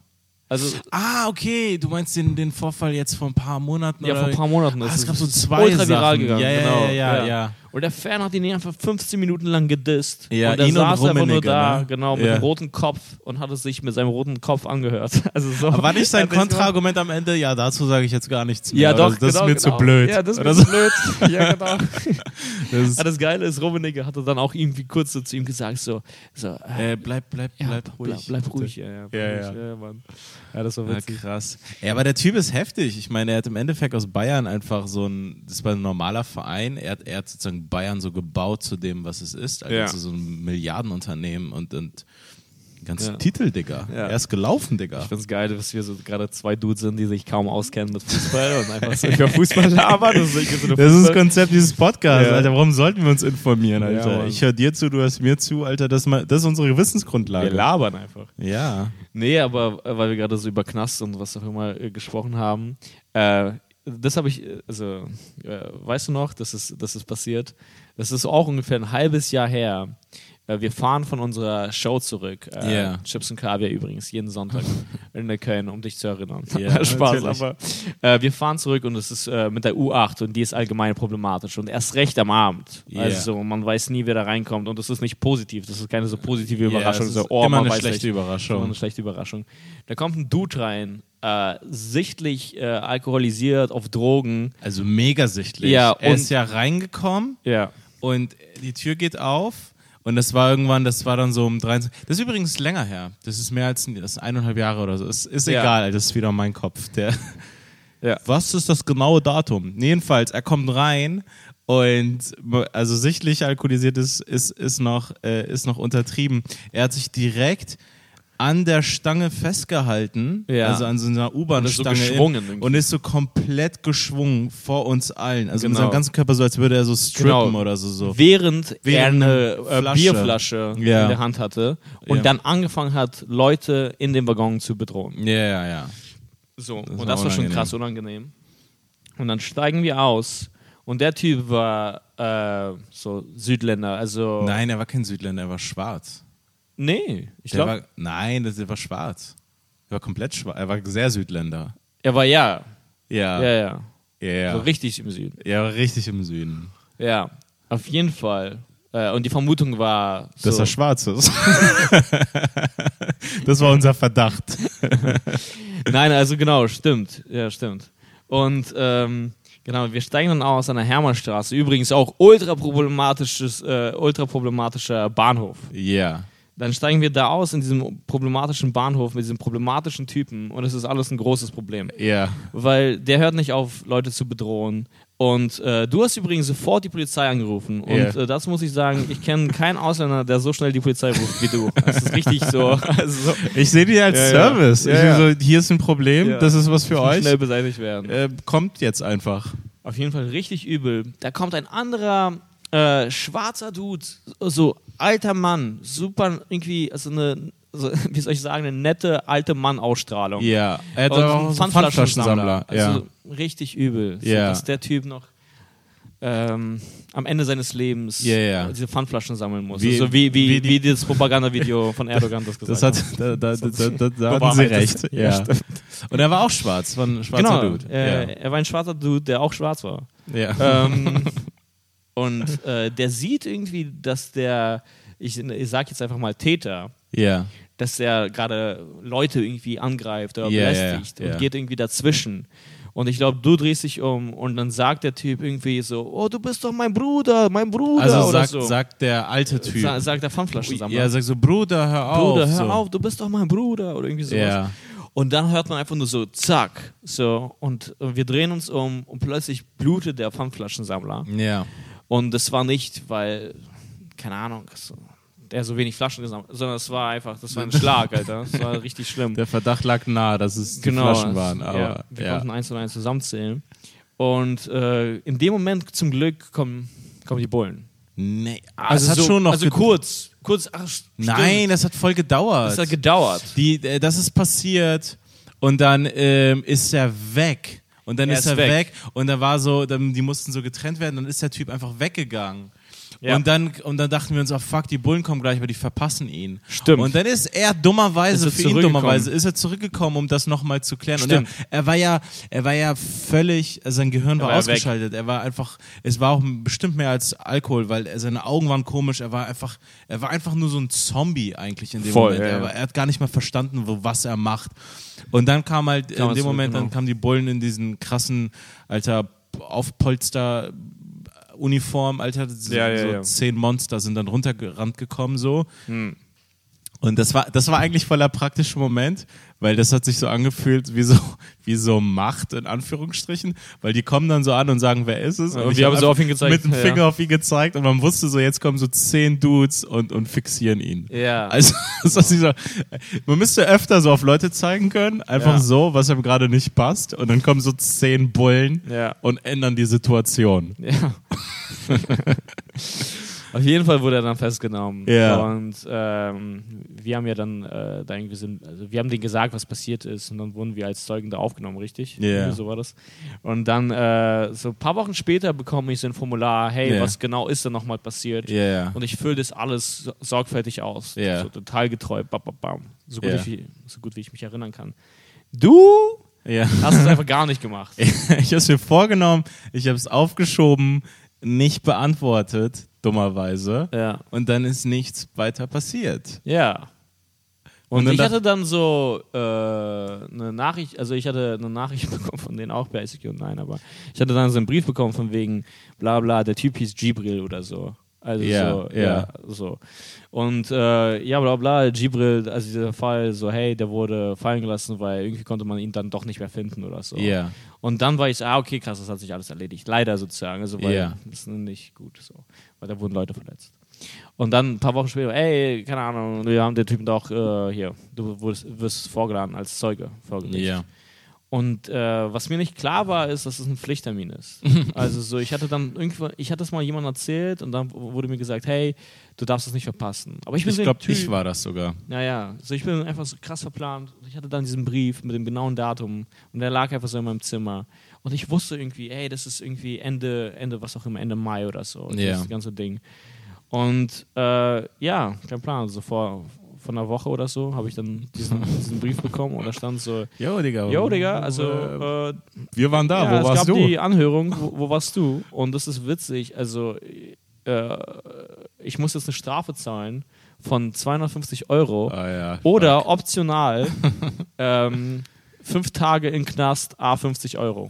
Also, Ah, okay, du meinst den, den Vorfall jetzt vor ein paar Monaten? ja, oder? vor ein paar Monaten. Ah, ist es gab so ist zwei Ultra viral Sachen. gegangen. Ja, ja, genau. ja, ja, ja. Und der Fan hat ihn einfach 15 Minuten lang gedisst. Ja, und er ihn und saß einfach nur Rummenigge, da, ne? genau, mit Ja. dem roten Kopf und hat es sich mit seinem roten Kopf angehört. Also so. Aber war nicht sein Hat sich so- Kontraargument am Ende? Ja, dazu sage ich jetzt gar nichts mehr. Ja, oder doch, Das genau, ist mir genau. zu blöd. Ja, das ist Oder mir so. zu blöd. Ja, genau. Das ist- Ja, das Geile ist, Rummenigge hatte dann auch irgendwie kurz so zu ihm gesagt, so, so äh, Äh, bleib, bleib, ja, bleib bleib ruhig. ruhig. Bleib, ruhig, ja, ja, bleib Ja, ruhig. ja. Ja, Mann. ja, das war Ja, witzig. krass. Ja, aber der Typ ist heftig. Ich meine, er hat im Endeffekt aus Bayern einfach so ein, das war ein normaler Verein. Er hat, er hat sozusagen Bayern so gebaut zu dem, was es ist. Also Ja. zu so ein Milliardenunternehmen und, und ganz Ja. Titel, Digga. Ja. Er ist gelaufen, Digga. Ich finde es geil, dass wir so gerade zwei Dudes sind, die sich kaum auskennen mit Fußball und einfach so über Fußball labern. Das ist, irgendwie so eine Das ist das Fußball- Konzept dieses Podcasts, Ja. Alter. Warum sollten wir uns informieren, Ja, Alter? Mann. ich höre dir zu, du hörst mir zu, Alter. Das, ist mein- das ist unsere Wir Wissensgrundlage. labern einfach. Ja. Nee, aber äh, weil wir gerade so über Knast und was auch immer äh, gesprochen haben, äh, das habe ich, äh, also, äh, weißt du noch, dass es, dass es passiert? Das ist auch ungefähr ein halbes Jahr her. Äh, Wir fahren von unserer Show zurück. Äh, Ja. Chips und Kaviar übrigens, jeden Sonntag in der Köln, um dich zu erinnern. Ja, Spaß, natürlich. aber äh, wir fahren zurück und es ist äh, mit der U8 und die ist allgemein problematisch und erst recht am Abend. Ja. Also so, man weiß nie, wer da reinkommt und das ist nicht positiv, das ist keine so positive Überraschung. es ist so, oh, immer man eine weiß schlechte nicht. Überraschung. Immer eine schlechte Überraschung. Da kommt ein Dude rein, äh, sichtlich äh, alkoholisiert, auf Drogen. Also mega sichtlich. Ja, er und- ist ja reingekommen Ja. und die Tür geht auf und das war irgendwann, das war dann so um 23. Das ist übrigens länger her. Das ist mehr als ein- das ist eineinhalb Jahre oder so. Es ist Ja. egal, das ist wieder mein Kopf. Der Ja. Was ist das genaue Datum? Jedenfalls, er kommt rein und also sichtlich alkoholisiert ist, ist, ist, noch, äh, ist noch untertrieben. Er hat sich direkt an der Stange festgehalten, Ja. also an so einer ist so U-Bahn-Stange geschwungen irgendwie. und ist so komplett geschwungen vor uns allen. Also mit Genau. seinem ganzen Körper so, als würde er so strippen Genau. oder so. so. Während, er Während eine äh, Flasche. Bierflasche Ja. in der Hand hatte und Ja. dann angefangen hat, Leute in dem Waggon zu bedrohen. Ja, ja, ja. So, war und das war schon unangenehm. krass unangenehm. Und dann steigen wir aus und der Typ war äh, so Südländer, also. Nein, er war kein Südländer, er war schwarz. Nee, ich Der glaube, war, nein, das, er war schwarz. Er war komplett schwarz. Er war sehr Südländer. er war ja. Ja, Ja, ja, Ah. ja. ja. So richtig im Süden. Er war richtig im Süden. Ja, auf jeden Fall. Äh, und die Vermutung war. So, Dass er schwarz ist. das war unser Verdacht. Nein, also genau, stimmt. Ja, stimmt. Und ähm, genau, wir steigen dann aus an der Hermannstraße. Übrigens auch ultra problematisches, äh, ultra problematischer Bahnhof. Ja. Dann steigen wir da aus in diesem problematischen Bahnhof mit diesem problematischen Typen und es ist alles ein großes Problem. Ja. Weil der hört nicht auf, Leute zu bedrohen. Und äh, du hast übrigens sofort die Polizei angerufen. Und Ja. äh, das muss ich sagen, ich kenne keinen Ausländer, der so schnell die Polizei ruft wie du. Das ist richtig so. Also so Ich sehe die als Ja, ja. Service. Ja, ja. Ich sehe so, hier ist ein Problem, Ja. das ist was für euch. schnell beseitigt werden. Äh, kommt jetzt einfach. Auf jeden Fall richtig übel. Da kommt ein anderer äh, schwarzer Dude, so alter Mann, super irgendwie, also eine, so, wie soll ich sagen, eine nette alte Mann-Ausstrahlung. Ja. Er hat Und auch so einen Pfandflaschensammler. Ja. Also richtig übel. So, Ja. Dass der Typ noch ähm, am Ende seines Lebens Ja, ja. äh, diese Pfandflaschen sammeln muss. Wie- also wie, wie, wie wie, die- das Propagandavideo von Erdogan das gesagt Das hat, da, da, da, da, da, da hatten Bewahrheit sie ist- recht. Ja, Ja. Und er war auch schwarz, war ein schwarzer genau, Dude. Äh, Er war ein schwarzer Dude, der auch schwarz war. ja. Ja. ähm, und äh, der sieht irgendwie, dass der, ich, ich sag jetzt einfach mal Täter, ja. dass der gerade Leute irgendwie angreift oder Ja, ja, belästigt ja. und geht irgendwie dazwischen. Und ich glaube, du drehst dich um und dann sagt der Typ irgendwie so, oh, du bist doch mein Bruder, mein Bruder Also oder sagt, so. sagt der alte Typ. Sa sagt der Pfandflaschensammler. ja, sagt so, Bruder, hör auf. Bruder, hör so. auf, du bist doch mein Bruder oder irgendwie sowas. Ja. Und dann hört man einfach nur so, zack, so und äh, wir drehen uns um und plötzlich blutet der Pfandflaschensammler. Ja. Und das war nicht, weil, keine Ahnung, so, der so wenig Flaschen gesammelt hat, sondern es war einfach, das war ein Schlag, Alter. Das war richtig schlimm. Der Verdacht lag nahe, dass es genau. die Flaschen waren. es- Aber, ja, wir konnten eins und eins zusammenzählen. Und äh, in dem Moment zum Glück kommen, kommen die Bullen. Nee, also es hat so, schon noch also ged- kurz, kurz, ach, stimmt. Nein, das hat voll gedauert. das hat gedauert. die, äh, das ist passiert und dann ähm, ist er weg. Und dann Er ist, ist er weg. weg. und dann war so, dann, die mussten so getrennt werden, dann ist der Typ einfach weggegangen. Ja. Und, dann, und dann dachten wir uns, oh fuck, die Bullen kommen gleich, aber die verpassen ihn. Stimmt. Und dann ist er Ist dummerweise, er für ihn zurückgekommen. dummerweise, ist er zurückgekommen, um das nochmal zu klären. Stimmt. Und er, er war ja, er war ja völlig, also sein Gehirn war, war ja weg. ausgeschaltet. Er war einfach, es war auch bestimmt mehr als Alkohol, weil er, seine Augen waren komisch. Er war einfach, er war einfach nur so ein Zombie eigentlich in dem Voll, Moment. ja, er, ja. war, er hat gar nicht mal verstanden, wo, was er macht. Und dann kam halt Kam in es dem so, Moment, genau. dann kamen die Bullen in diesen krassen, alter, Aufpolster. Uniform, Alter, so, Ja, ja, so ja. Hm. zehn Monster sind dann runtergerannt gekommen, so. Und das war, das war eigentlich voller praktischer Moment, weil das hat sich so angefühlt wie so, wie so Macht in Anführungsstrichen, weil die kommen dann so an und sagen, wer ist es? Und ich wir haben hab so auf einfach ihn gezeigt, Mit dem ja. Finger auf ihn gezeigt und man wusste so, jetzt kommen so zehn Dudes und, und fixieren ihn. Ja. Also, das ist dieser, man müsste öfter so auf Leute zeigen können, einfach Ja. so, was einem gerade nicht passt und dann kommen so zehn Bullen Ja. und ändern die Situation. Ja. Auf jeden Fall wurde er dann festgenommen. Ja. Und ähm, wir haben ja dann äh, da irgendwie sind, also wir haben denen gesagt, was passiert ist, und dann wurden wir als Zeugen da aufgenommen, richtig? Ja. Irgendwie So war das. Und dann äh, so ein paar Wochen später bekomme ich so ein Formular, hey, Ja. was genau ist da nochmal passiert? Ja, ja. Und ich fülle das alles so- sorgfältig aus. Ja. So total getreu, bam, bam, bam. So, gut Ja. ich, so gut wie ich mich erinnern kann. Du Ja. hast es einfach gar nicht gemacht. ich habe es mir vorgenommen, ich habe es aufgeschoben, nicht beantwortet, dummerweise. Ja. Und dann ist nichts weiter passiert. Ja. Und, dann ich dacht- hatte dann so äh, eine Nachricht, also ich hatte eine Nachricht bekommen von denen auch bei ICQ, nein, aber ich hatte dann so einen Brief bekommen von wegen bla bla, der Typ hieß Gibril oder so. Also Ja, so, ja. ja, so. Und äh, ja, bla bla, Gibril, also dieser Fall, so hey, der wurde fallen gelassen, weil irgendwie konnte man ihn dann doch nicht mehr finden oder so. Ja. Und dann war ich so, ah, okay, krass, das hat sich alles erledigt. Leider sozusagen. Also, weil Ja. das ist nicht gut so. Weil da wurden Leute verletzt. Und dann ein paar Wochen später, ey, keine Ahnung, wir haben den Typen doch äh, hier, du wurdest, wirst vorgeladen als Zeuge vor Gericht. Und äh, was mir nicht klar war, ist, dass es ein Pflichttermin ist. also so, ich hatte dann irgendwann, ich hatte es mal jemandem erzählt und dann wurde mir gesagt, hey, du darfst es nicht verpassen. Aber ich bin Ich so ein glaube, Typ- ich war das sogar. naja, so ich bin einfach so krass verplant. Ich hatte dann diesen Brief mit dem genauen Datum und der lag einfach so in meinem Zimmer. Und ich wusste irgendwie, ey, das ist irgendwie Ende, Ende, was auch immer, Ende Mai oder so. Ja. Das ganze Ding. Und äh, ja, kein Plan. So vor, vor einer Woche oder so habe ich dann diesen, diesen Brief bekommen und da stand so, Jo, Digga. yo, Digga, also Äh, äh, wir waren da, ja, wo es warst gab du? die Anhörung, wo, wo warst du? Und das ist witzig, also äh, ich muss jetzt eine Strafe zahlen von 250 Euro. ah, ja. Oder optional ähm, fünf Tage in Knast, A 50 Euro.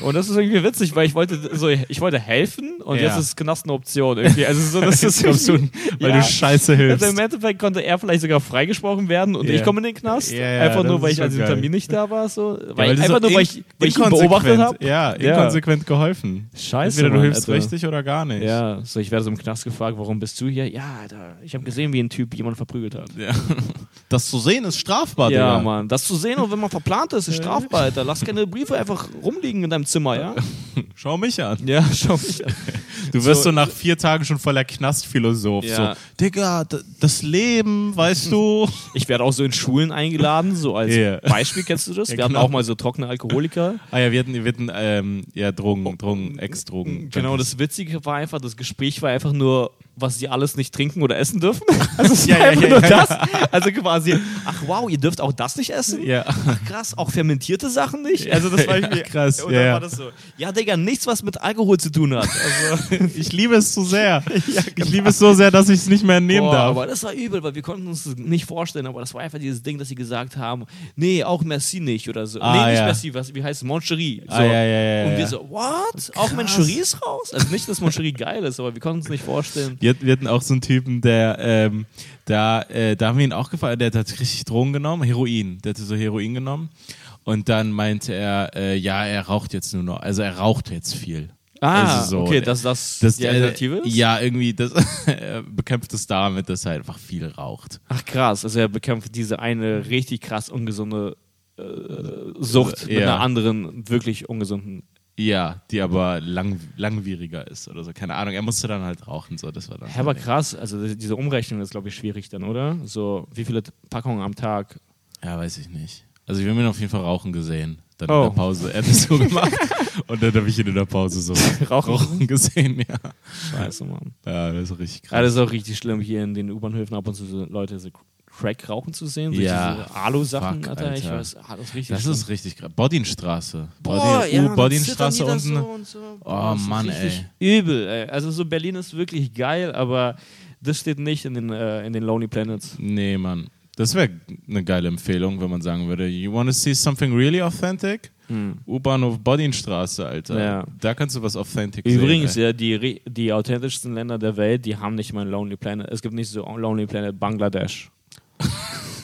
Und das ist irgendwie witzig, weil ich wollte so, ich wollte helfen und Ja. jetzt ist Knast eine Option irgendwie. Also so, das ist Jetzt kommst du, irgendwie- weil Ja. du scheiße hilfst. also im Endeffekt konnte er vielleicht sogar freigesprochen werden und Ja. ich komme in den Knast. Ja, ja, einfach nur, das weil ist ich schon an diesem geil. Termin nicht da war. So. Weil Ja, weil du einfach so nur, weil in- ich, weil ich ihn beobachtet inkonsequent- habe. Ja, inkonsequent geholfen. Scheiße, Entweder du Mann, hilfst Alter. richtig oder gar nicht. Ja, so ich werde so im Knast gefragt, warum bist du hier? Ja, Alter, ich habe gesehen, wie ein Typ jemand verprügelt hat. Ja. Das zu sehen ist strafbar, Ja, Digga. Mann. Das zu sehen und wenn man verplant ist, ist strafbar, Alter. Lass keine Briefe einfach rumliegen in deinem Zimmer, ja? Schau mich an. Ja, schau mich an. Du wirst So- so, nach vier Tagen schon voller Knastphilosoph. Ja. So, Digga, d- das Leben, weißt du. Ich werde auch so in Schulen eingeladen, so als Ja. Beispiel kennst du das. Ja, Wir hatten genau. auch mal so trockene Alkoholiker. ah ja, wir hatten, wir hatten ähm, ja, Drogen, Drogen, Ex-Drogen. Genau, das Witzige war einfach, das Gespräch war einfach nur, was sie alles nicht trinken oder essen dürfen. Also es Ja, war ja, einfach ja, nur ja. das. Also quasi, ach wow, ihr dürft auch das nicht essen? Ja. Ach krass, auch fermentierte Sachen nicht? Also das war Ja, irgendwie krass, Und dann ja. war das so, ja Digga, nichts, was mit Alkohol zu tun hat. Also Ich liebe es so sehr. Ich liebe es so sehr, dass ich es nicht mehr nehmen Boah, darf. Aber das war übel, weil wir konnten uns das nicht vorstellen, aber das war einfach dieses Ding, dass sie gesagt haben, nee, auch Merci nicht oder so. Ah, nee, nicht ja. Merci, was, wie heißt es? Moncherie. So. Ah, ja, ja, ja, Und wir ja. so, what? Auch Moncherie ist raus? Oh, Also nicht, dass Moncherie geil ist, aber wir konnten uns nicht vorstellen. Wir, wir hatten auch so einen Typen, der, ähm, da, äh, da haben wir ihn auch gefallen, der, hat halt richtig Drogen genommen, Heroin. Der hatte so Heroin genommen. Und dann meinte er, äh, ja, er raucht jetzt nur noch, also er raucht jetzt viel. Ah, Also so, okay, äh, dass das, Das, die äh, Alternative ist? Ja, irgendwie, das er bekämpft es damit, dass er einfach viel raucht. Ach krass, also er bekämpft diese eine richtig krass ungesunde äh, Sucht mit Ja. einer anderen wirklich ungesunden. Ja, die aber lang, langwieriger ist oder so, keine Ahnung. Er musste dann halt rauchen, so, das war dann. Ja, aber krass, also diese Umrechnung ist, glaube ich, schwierig dann, oder? So, wie viele Packungen am Tag Ja, weiß ich nicht. Also wir haben ihn auf jeden Fall rauchen gesehen. Dann Oh. in der Pause. Er hat das so gemacht. und dann habe ich ihn in der Pause so rauchen? rauchen gesehen, ja. Scheiße, Mann. Ja, das ist richtig Ja, krass. das ist auch richtig schlimm, hier in den U-Bahnhöfen ab und zu so Leute so Crack rauchen zu sehen. So Ja. Diese Alu-Sachen, Fuck, Alter. Ich Alter. weiß, ah, das ist richtig Das schlimm. ist richtig krass. Bodinstraße. Boah, Bodin- ja, uh, dann Bodinstraße zittern die unten. da so und so. Oh, Das ist Mann, richtig Übel, ey. Also so Berlin ist wirklich geil, aber das steht nicht in den, äh, in den Lonely Planets. Nee, Mann. Das wäre eine geile Empfehlung, wenn man sagen würde, you want to see something really authentic? U-Bahnhof Bodinstraße, Alter. Ja. Da kannst du was authentic Übrigens, sehen. ja, die, re- die authentischsten Länder der Welt, die haben nicht mal ein Lonely Planet. Es gibt nicht so Lonely Planet Bangladesch.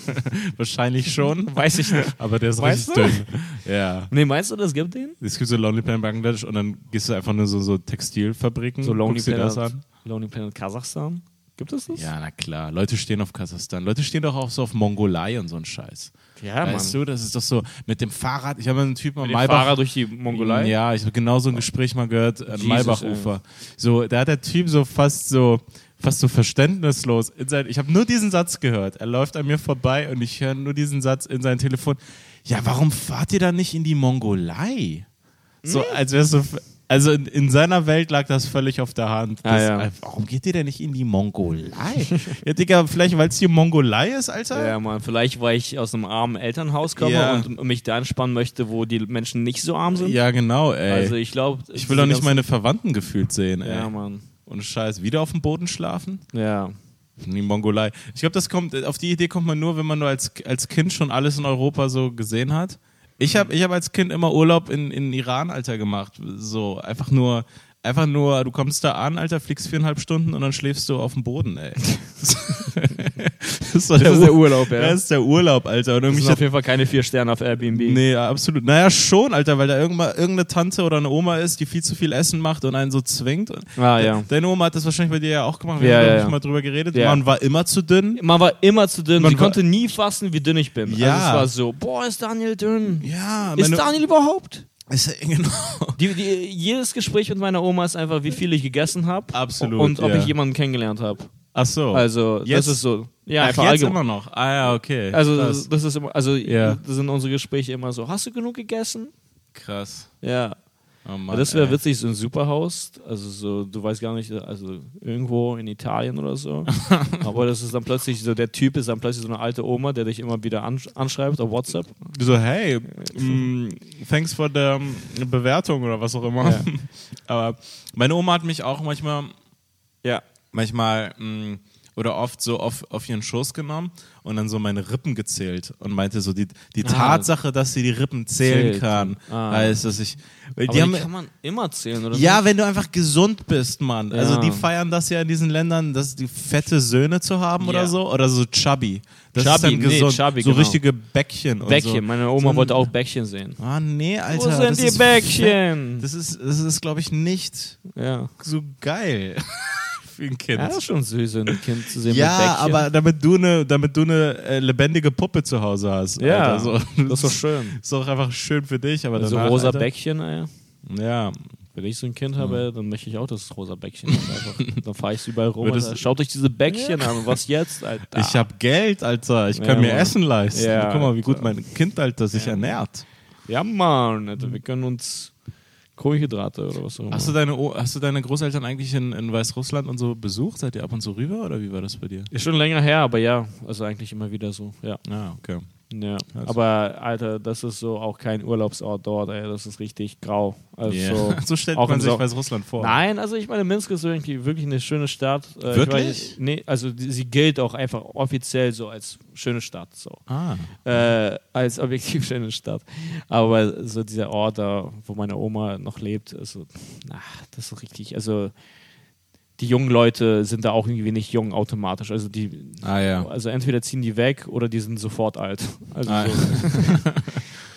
Übrigens. Wahrscheinlich schon, Weiß ich nicht. aber der ist Weißt richtig dünn. Ja. Nee, meinst du, das gibt den? Es gibt so Lonely Planet Bangladesch und dann gehst du einfach nur so, so Textilfabriken. So Lonely Hm, guckst dir Planet, das an. Lonely Planet Kasachstan? Gibt es das? Ja, na klar. Leute stehen auf Kasachstan. Leute stehen doch auch so auf Mongolei und so ein Scheiß. ja Mann. weißt du, das ist doch so mit dem Fahrrad. Ich habe einen Typen am Mit dem Maybach. Fahrer durch die Mongolei? Oh. Ja, ich habe genau so ein Gespräch mal gehört an Jesus, Maybachufer. So, da hat der Typ so fast so fast so verständnislos in sein, ich habe nur diesen Satz gehört. Er läuft an mir vorbei und ich höre nur diesen Satz in sein Telefon. Ja, warum fahrt ihr dann nicht in die Mongolei? So, Hm? als wär's so, also in, in seiner Welt lag das völlig auf der Hand. Ah, Das- ja. äh, Warum geht ihr denn nicht in die Mongolei? ja, Digga, vielleicht weil es die Mongolei ist, Alter? Ja, Mann, vielleicht, weil ich aus einem armen Elternhaus komme Ja. und mich da entspannen möchte, wo die Menschen nicht so arm sind. Ja, genau, ey. Also ich glaube. ich will doch nicht meine Verwandten gefühlt sehen, ey. Ja, Mann. Und Scheiß, wieder auf dem Boden schlafen? Ja. Die Mongolei. Ich glaube, das kommt, auf die Idee kommt man nur, wenn man nur als, als Kind schon alles in Europa so gesehen hat. Ich habe ich hab als Kind immer Urlaub in, in Iran, Alter, gemacht. So, einfach nur, einfach nur, du kommst da an, Alter, fliegst viereinhalb Stunden und dann schläfst du auf dem Boden, ey. das ist, doch Das ist der Urlaub, Ja, ja. Das ist der Urlaub, Alter. Und Das irgendwie sind auf jeden Fall keine vier Sterne auf Airbnb. Nee, absolut. Naja, schon, Alter, weil da irgendwann irgendeine Tante oder eine Oma ist, die viel zu viel Essen macht und einen so zwingt. Und Ah, ja. Deine Oma hat das wahrscheinlich bei dir ja auch gemacht. Wir Ja, haben ja, ja, ja. mal drüber geredet. Ja. Man war immer zu dünn. Man war immer zu dünn. Man Sie war- konnte nie fassen, wie dünn ich bin. Ja. Also es war so, boah, ist Daniel dünn. Ja, Ist Daniel überhaupt? ist ja- genau. Die, die, jedes Gespräch mit meiner Oma ist einfach, wie viel ich gegessen habe. Absolut, Und ob ja. ich jemanden kennengelernt habe. Ach so. Also, Jetzt- das ist so. Ja, ja, einfach Ach, jetzt allgemein. immer noch. Ah ja, okay. Also krass. das, das ist immer, also Ja. das sind unsere Gespräche immer so. Hast du genug gegessen? krass. Ja. Oh Mann, Aber das wäre ey. witzig, so ein Superhaus. Also so, du weißt gar nicht, also irgendwo in Italien oder so. Aber das ist dann plötzlich so, der Typ ist dann plötzlich so eine alte Oma, der dich immer wieder ansch anschreibt auf WhatsApp. So, hey, mm, thanks for the mm, Bewertung oder was auch immer. Ja. Aber meine Oma hat mich auch manchmal Ja. manchmal mh, oder oft so auf, auf ihren Schoß genommen und dann so meine Rippen gezählt und meinte so, die, die Ah. Tatsache, dass sie die Rippen zählen Zählt. kann, Ah. heißt, dass ich. Weil Aber die die, haben, kann man immer zählen, oder? ja, wenn du einfach gesund bist, Mann. Also Ja. die feiern das ja in diesen Ländern, dass die fette Söhne zu haben Ja. oder so. Oder so Chubby. Das ist Chubby, dann nee, gesund. chubby, so genau. richtige Bäckchen. so? Und Bäckchen. So. Meine Oma Also, So ein- wollte auch Bäckchen sehen. Ah, nee, Alter. Wo das sind die ist fe- Bäckchen? Das ist, das ist glaube ich, nicht Ja. so geil für ein Kind. ja, das ist schon süß, ein Kind zu sehen mit Ja, Bäckchen. aber damit du eine, damit du eine äh, lebendige Puppe zu Hause hast. ja, Alter, so. das ist doch schön. Ist doch einfach schön für dich, aber So danach, rosa Alter, Bäckchen, ey. Ja. Wenn ich so ein Kind habe, dann möchte ich auch das rosa Bäckchen. haben, einfach. dann fahre ich es überall rum. Würdest- Alter. Schaut euch diese Bäckchen an. Was jetzt, Alter? Ich hab Geld, Alter. Ich kann Ja, mir Mann. Essen leisten. Ja, Guck mal, wie gut mein Kind, Alter, sich ernährt. ja, Mann. Alter. Wir können uns Kohlenhydrate oder was auch immer. Hast du deine, O- hast du deine Großeltern eigentlich in, in Weißrussland und so besucht? Seid ihr ab und zu rüber oder wie war das bei dir? Ist schon länger her, aber ja. Also eigentlich immer wieder so. Ja. Ja, okay. ja. Also- Aber, Alter, das ist so auch kein Urlaubsort dort, ey. Das ist richtig grau. Also, Yeah. So stellt auch man im sich Sau- Weißrussland vor. Nein, also ich meine, Minsk ist irgendwie wirklich eine schöne Stadt. Äh, ich Wirklich? weiß- nee, also die, sie gilt auch einfach offiziell so als schöne Stadt. So. Ah. äh, als objektiv schöne Stadt. Aber so dieser Ort, da, wo meine Oma noch lebt, also, na, das ist so richtig. Also, die jungen Leute sind da auch irgendwie nicht jung automatisch. Also, die, Ah ja. also entweder ziehen die weg oder die sind sofort alt. Also, Ah. so,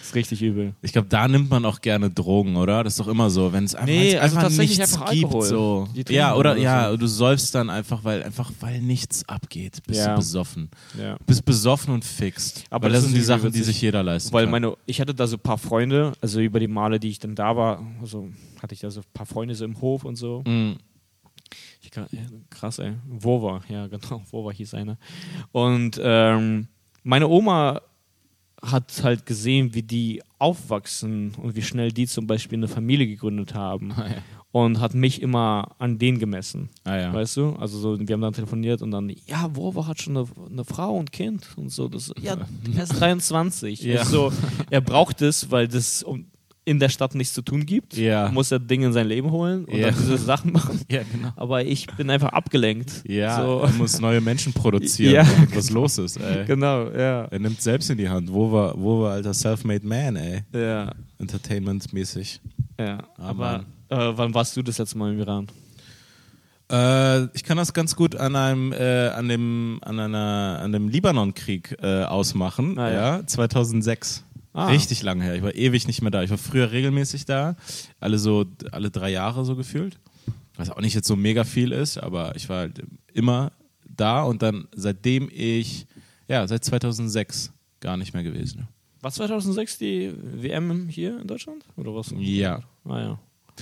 ist richtig übel. Ich glaube, da nimmt man auch gerne Drogen, oder? Das ist doch immer so, wenn es einfach, Nee, wenn's also einfach tatsächlich nichts einfach gibt. Alkohol. So. Die trinken Ja, oder, oder ja, du säufst dann einfach, weil einfach weil nichts abgeht, bist Ja. du besoffen. Ja. Bist besoffen und fixt. Aber weil das ist das, sind die irgendwie Sachen, die witzig. sich jeder leisten Weil kann. meine, ich hatte da so ein paar Freunde, also über die Male, die ich dann da war, also hatte ich da so ein paar Freunde so im Hof und so. Mhm. Ich kann, ja, krass, ey. Wova, ja, genau. Wova hieß einer. Und ähm, meine Oma hat halt gesehen, wie die aufwachsen und wie schnell die zum Beispiel eine Familie gegründet haben. Und hat mich immer an denen gemessen. Ah ja. Weißt du? Also so, wir haben dann telefoniert und dann, ja, Wova hat schon eine, eine Frau und Kind und so. Das, ja, er ist 23. Ja. Ist So, er braucht es, weil das um, in der Stadt nichts zu tun gibt. Ja. Muss er Dinge in sein Leben holen und Ja. dann diese Sachen machen ja, genau. aber ich bin einfach abgelenkt. Ja, So. er muss neue Menschen produzieren, Ja. damit was los ist, ey. Genau, ja. Er nimmt selbst in die Hand. Wo war, wo war alter Self-Made Man, ey? Ja, Entertainment-mäßig. ja. Ah, aber äh, wann warst du das letzte Mal im Iran? Äh, ich kann das ganz gut an einem, äh, an dem, an einer, an dem Libanon-Krieg äh, ausmachen. Ah, ja. ja. 2006. Ah. Richtig lang her. Ich war ewig nicht mehr da. Ich war früher regelmäßig da, alle so, alle drei Jahre so gefühlt. Was auch nicht jetzt so mega viel ist, aber ich war halt immer da und dann seitdem ich, ja, seit 2006 gar nicht mehr gewesen. War 2006 die WM hier in Deutschland? Oder was? Ja. Ah ja,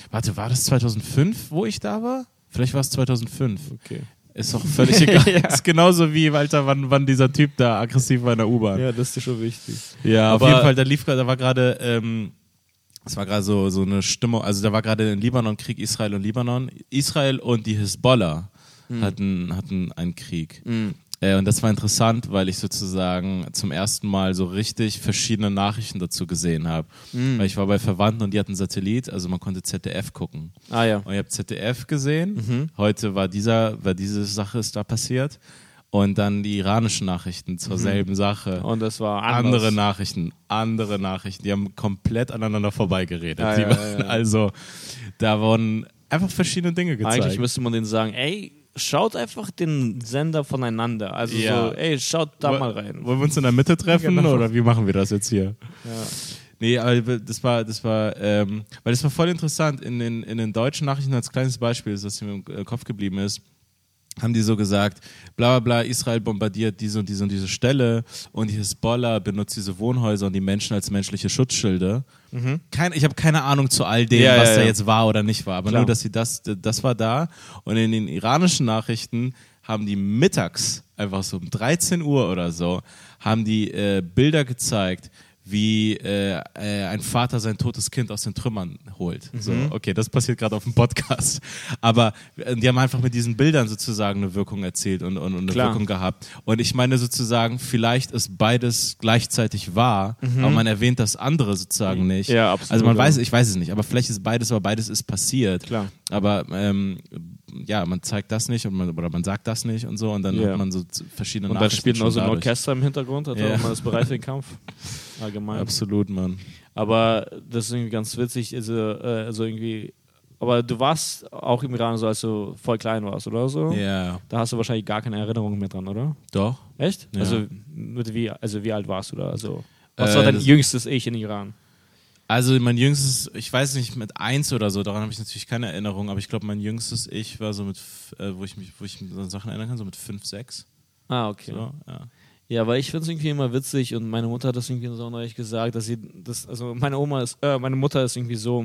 Warte, war das 2005, wo ich da war? Vielleicht war es 2005. okay. Ist doch völlig egal. Ja. Ist genauso wie, Walter, wann, wann dieser Typ da aggressiv war in der U-Bahn. Ja, das ist schon wichtig. Ja, Aber- auf jeden Fall, da lief gerade, da war gerade, ähm, es war gerade so, so eine Stimmung, also da war gerade in Libanon Krieg, Israel und Libanon. Israel und die Hisbollah hatten, hatten einen Krieg. Äh, und das war interessant, weil ich sozusagen zum ersten Mal so richtig verschiedene Nachrichten dazu gesehen habe. Weil ich war bei Verwandten und die hatten Satellit, also man konnte ZDF gucken. Ah ja. Und ich habe ZDF gesehen. Mhm. Heute war dieser, war diese Sache ist da passiert. Und dann die iranischen Nachrichten zur selben Sache Mhm. Und das war anders. andere Nachrichten, andere Nachrichten. Die haben komplett aneinander vorbeigeredet. Ja, die ja, waren, ja, ja. Also, da wurden einfach verschiedene Dinge gezeigt. Eigentlich müsste man denen sagen, ey, schaut einfach den Sender voneinander. Also Ja. so, ey, schaut da Wo- mal rein. Wollen wir uns in der Mitte treffen Genau. oder wie machen wir das jetzt hier? Nee, aber das war, das war, ähm, weil das war voll interessant. In den, in den deutschen Nachrichten als kleines Beispiel, das mir im äh, Kopf geblieben ist, haben die so gesagt, bla bla bla, Israel bombardiert diese und diese und diese Stelle und die Hisbollah benutzt diese Wohnhäuser und die Menschen als menschliche Schutzschilde. Kein, ich habe keine Ahnung zu all dem, Mhm. Ja, was ja, da ja. jetzt war oder nicht war, aber Klar. nur, dass sie das, das war da. Und in den iranischen Nachrichten haben die mittags, einfach so um 13 Uhr oder so, haben die äh, Bilder gezeigt, wie äh, äh, ein Vater sein totes Kind aus den Trümmern holt. Mhm. So, okay, das passiert gerade auf dem Podcast. Aber äh, die haben einfach mit diesen Bildern sozusagen eine Wirkung erzielt und, und, und eine Klar. Wirkung gehabt. Und ich meine sozusagen, vielleicht ist beides gleichzeitig wahr, aber man erwähnt das andere sozusagen nicht. Mhm. Ja, absolut, Also man ja. weiß, ich weiß es nicht, aber vielleicht ist beides, aber beides ist passiert. Klar. Aber ähm, ja, man zeigt das nicht und man, oder man sagt das nicht und so und dann Ja. hat man so z- verschiedene Und dann Nachrichten spielt noch schon so ein dadurch. Orchester im Hintergrund, hat Ja. auch mal das bereit für den Kampf. Allgemein. Absolut, Mann. Aber das ist irgendwie ganz witzig, also, äh, also irgendwie. Aber du warst auch im Iran so, als du voll klein warst, oder so? Ja, Da hast du wahrscheinlich gar keine Erinnerung mehr dran, oder? doch. Echt? Ja. Also, mit wie, also wie alt warst du da? Also, was Äh, war dein das- jüngstes Ich in Iran? Also mein jüngstes, ich weiß nicht, mit eins oder so, daran habe ich natürlich keine Erinnerung, aber ich glaube, mein jüngstes Ich war so mit, f- äh, wo ich mich, wo ich mich an Sachen erinnern kann, so mit fünf, sechs. Ah, okay. So, ja. Ja, weil ich finde es irgendwie immer witzig und meine Mutter hat das irgendwie so neulich gesagt, dass sie das, also meine Oma ist, äh, meine Mutter ist irgendwie so,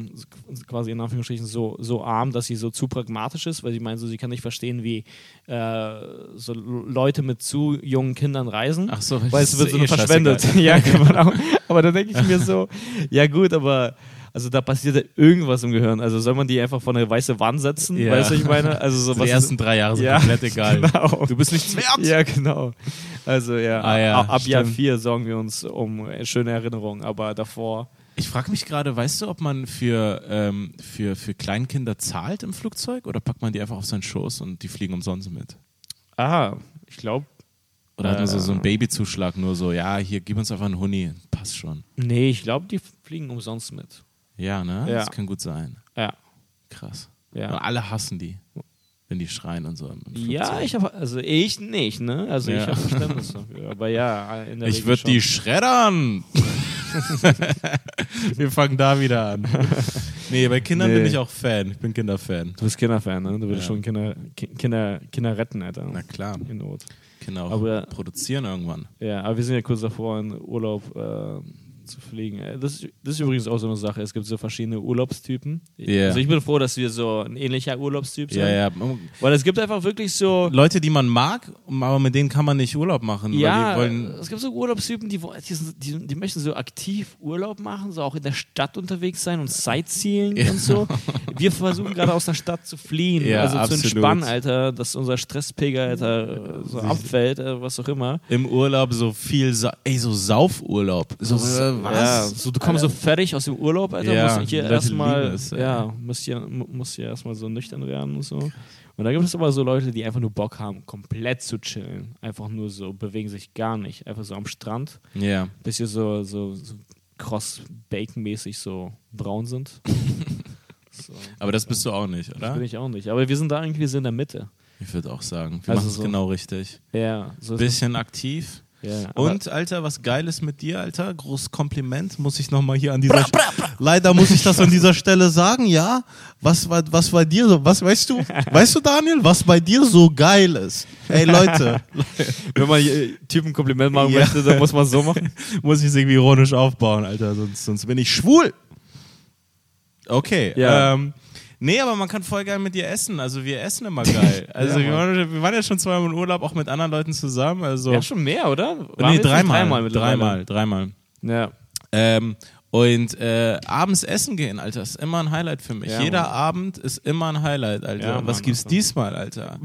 quasi in Anführungsstrichen, so, so arm, dass sie so zu pragmatisch ist, weil sie meint so, sie kann nicht verstehen, wie äh, so Leute mit zu jungen Kindern reisen. Ach so, weil das es wird ist so eh verschwendet. scheißegal. ja, genau. Aber da denke ich mir so, ja gut, aber also da passiert ja irgendwas im Gehirn. Also soll man die einfach vor eine weiße Wand setzen, Ja. weißt du, ich meine? Also so So was die ist- ersten drei Jahre sind Ja, komplett egal. Genau. Du bist nichts wert. Ja, genau. Also ja, Ah, ja, ab, ab Jahr stimmt. 4 sorgen wir uns um äh, schöne Erinnerungen, aber davor. Ich frage mich gerade, weißt du, ob man für, ähm, für, für Kleinkinder zahlt im Flugzeug oder packt man die einfach auf seinen Schoß und die fliegen umsonst mit? Ah, ich glaube. Oder hat man so, Äh. so einen Babyzuschlag, nur so, ja, hier, gib uns einfach einen Huni, passt schon. Nee, ich glaube, die fliegen umsonst mit. Ja, ne? Ja. Das kann gut sein. Ja. Krass. Ja. Und alle hassen die, wenn die schreien und so. im Flugzeug. Ja, ich habe also ich nicht, ne? Also ich Ja. habe Verständnis dafür. Aber ja, in der Ich Regel würde schon. die schreddern. Wir fangen da wieder an. Nee, bei Kindern Nee. bin ich auch Fan. Ich bin Kinderfan. Du bist Kinderfan, ne? Du würdest Ja. schon Kinder, Ki- Kinder, Kinder retten, Alter. Na klar. In Not. Kinder auch Aber- produzieren irgendwann. Ja, aber wir sind ja kurz davor, in Urlaub äh, zu fliegen. Äh, Das, ist- das ist übrigens auch so eine Sache. Es gibt so verschiedene Urlaubstypen. Ja. Also ich bin froh, dass wir so ein ähnlicher Urlaubstyp sind. Ja, ja. Weil es gibt einfach wirklich so. Leute, die man mag, aber mit denen kann man nicht Urlaub machen. Ja, weil die wollen, es gibt so Urlaubstypen, die, wo- die, sind- die, die möchten so aktiv Urlaub machen, so auch in der Stadt unterwegs sein und Sightseeing und so. Wir versuchen gerade aus der Stadt zu fliehen, Ja, also absolut. zu entspannen, Alter, dass unser Stresspegel, Alter, äh, so abfällt, äh, was auch immer. im Urlaub so viel, Sa ey, so Saufurlaub. So, äh, Ja, was? so, du kommst so fertig aus dem Urlaub, Alter, Ja, musst die hier Leute erstmal lieben es, ey. ja, musst hier, mu- musst hier erstmal so nüchtern werden und so. Und da gibt es aber so Leute, die einfach nur Bock haben, komplett zu chillen. Einfach nur so, bewegen sich gar nicht. Einfach so am Strand, Ja. bis sie so, so, so cross-bacon-mäßig so braun sind. so. Aber das bist du auch nicht, Das bin oder? ich auch nicht. Aber wir sind da irgendwie so in der Mitte. Ich würde auch sagen, wir Also machen es so- genau richtig. Ja, so ist Bisschen aktiv. das. Ja, aber- Und, Alter, was Geiles mit dir, Alter. Großes Kompliment muss ich nochmal hier an dieser Stelle. Leider muss ich das an dieser Stelle sagen, ja. Was war, was war dir so, was weißt du, weißt du, Daniel, was bei dir so geil ist? Ey, Leute, Wenn man äh, Typen Kompliment machen Ja. möchte, dann muss man so machen. muss ich es irgendwie ironisch aufbauen, Alter, sonst, sonst bin ich schwul. Okay. Ja. Ähm, Nee, aber man kann voll geil mit dir essen. Also wir essen immer geil. Also Ja, wir, Mann. waren, wir waren ja schon zweimal im Urlaub, auch mit anderen Leuten zusammen. Also Ja, schon mehr, oder? Waren wir nee, jetzt nicht dreimal. Dreimal mittlerweile? dreimal, dreimal. Ja. Ähm, und äh, abends essen gehen, Alter, ist immer ein Highlight für mich. Ja, Jeder Mann. Abend ist immer ein Highlight, Alter. Ja, Was Mann, gibt's Alter. diesmal, Alter?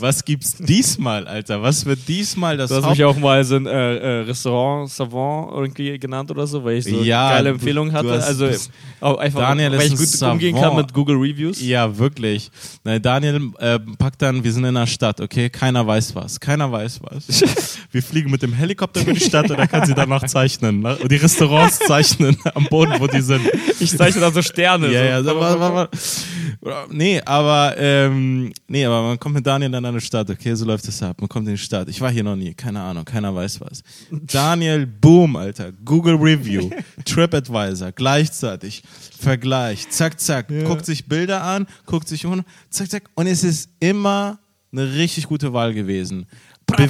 Was gibt's diesmal, Alter? Was wird diesmal das Du hast Haupt mich auch mal so ein äh, äh, Restaurant Savant irgendwie genannt oder so, weil ich so Ja, geile du- Empfehlungen du hatte. hast- also bist- auch einfach, Daniel weil ist ich ein gut umgehen kann Savant. mit Google Reviews. Ja, wirklich. Na, Daniel äh, packt dann, wir sind in einer Stadt, okay? Keiner weiß was. Keiner weiß was. Wir fliegen mit dem Helikopter über die Stadt und dann kann sie danach zeichnen. Ne? Und die Restaurants zeichnen am Boden, wo die sind. Ich zeichne da so Sterne. Ja, ja, so. so, wa- wa- wa- Nee, aber, ähm, nee, aber man kommt mit Daniel dann an eine Stadt, okay, so läuft das ab. Man kommt in die Stadt. Ich war hier noch nie, keine Ahnung, keiner weiß was. Daniel, boom, Alter. Google Review, TripAdvisor, gleichzeitig. Vergleich, zack, zack. Guckt sich Bilder an, guckt sich um, zack, zack. Und es ist immer eine richtig gute Wahl gewesen.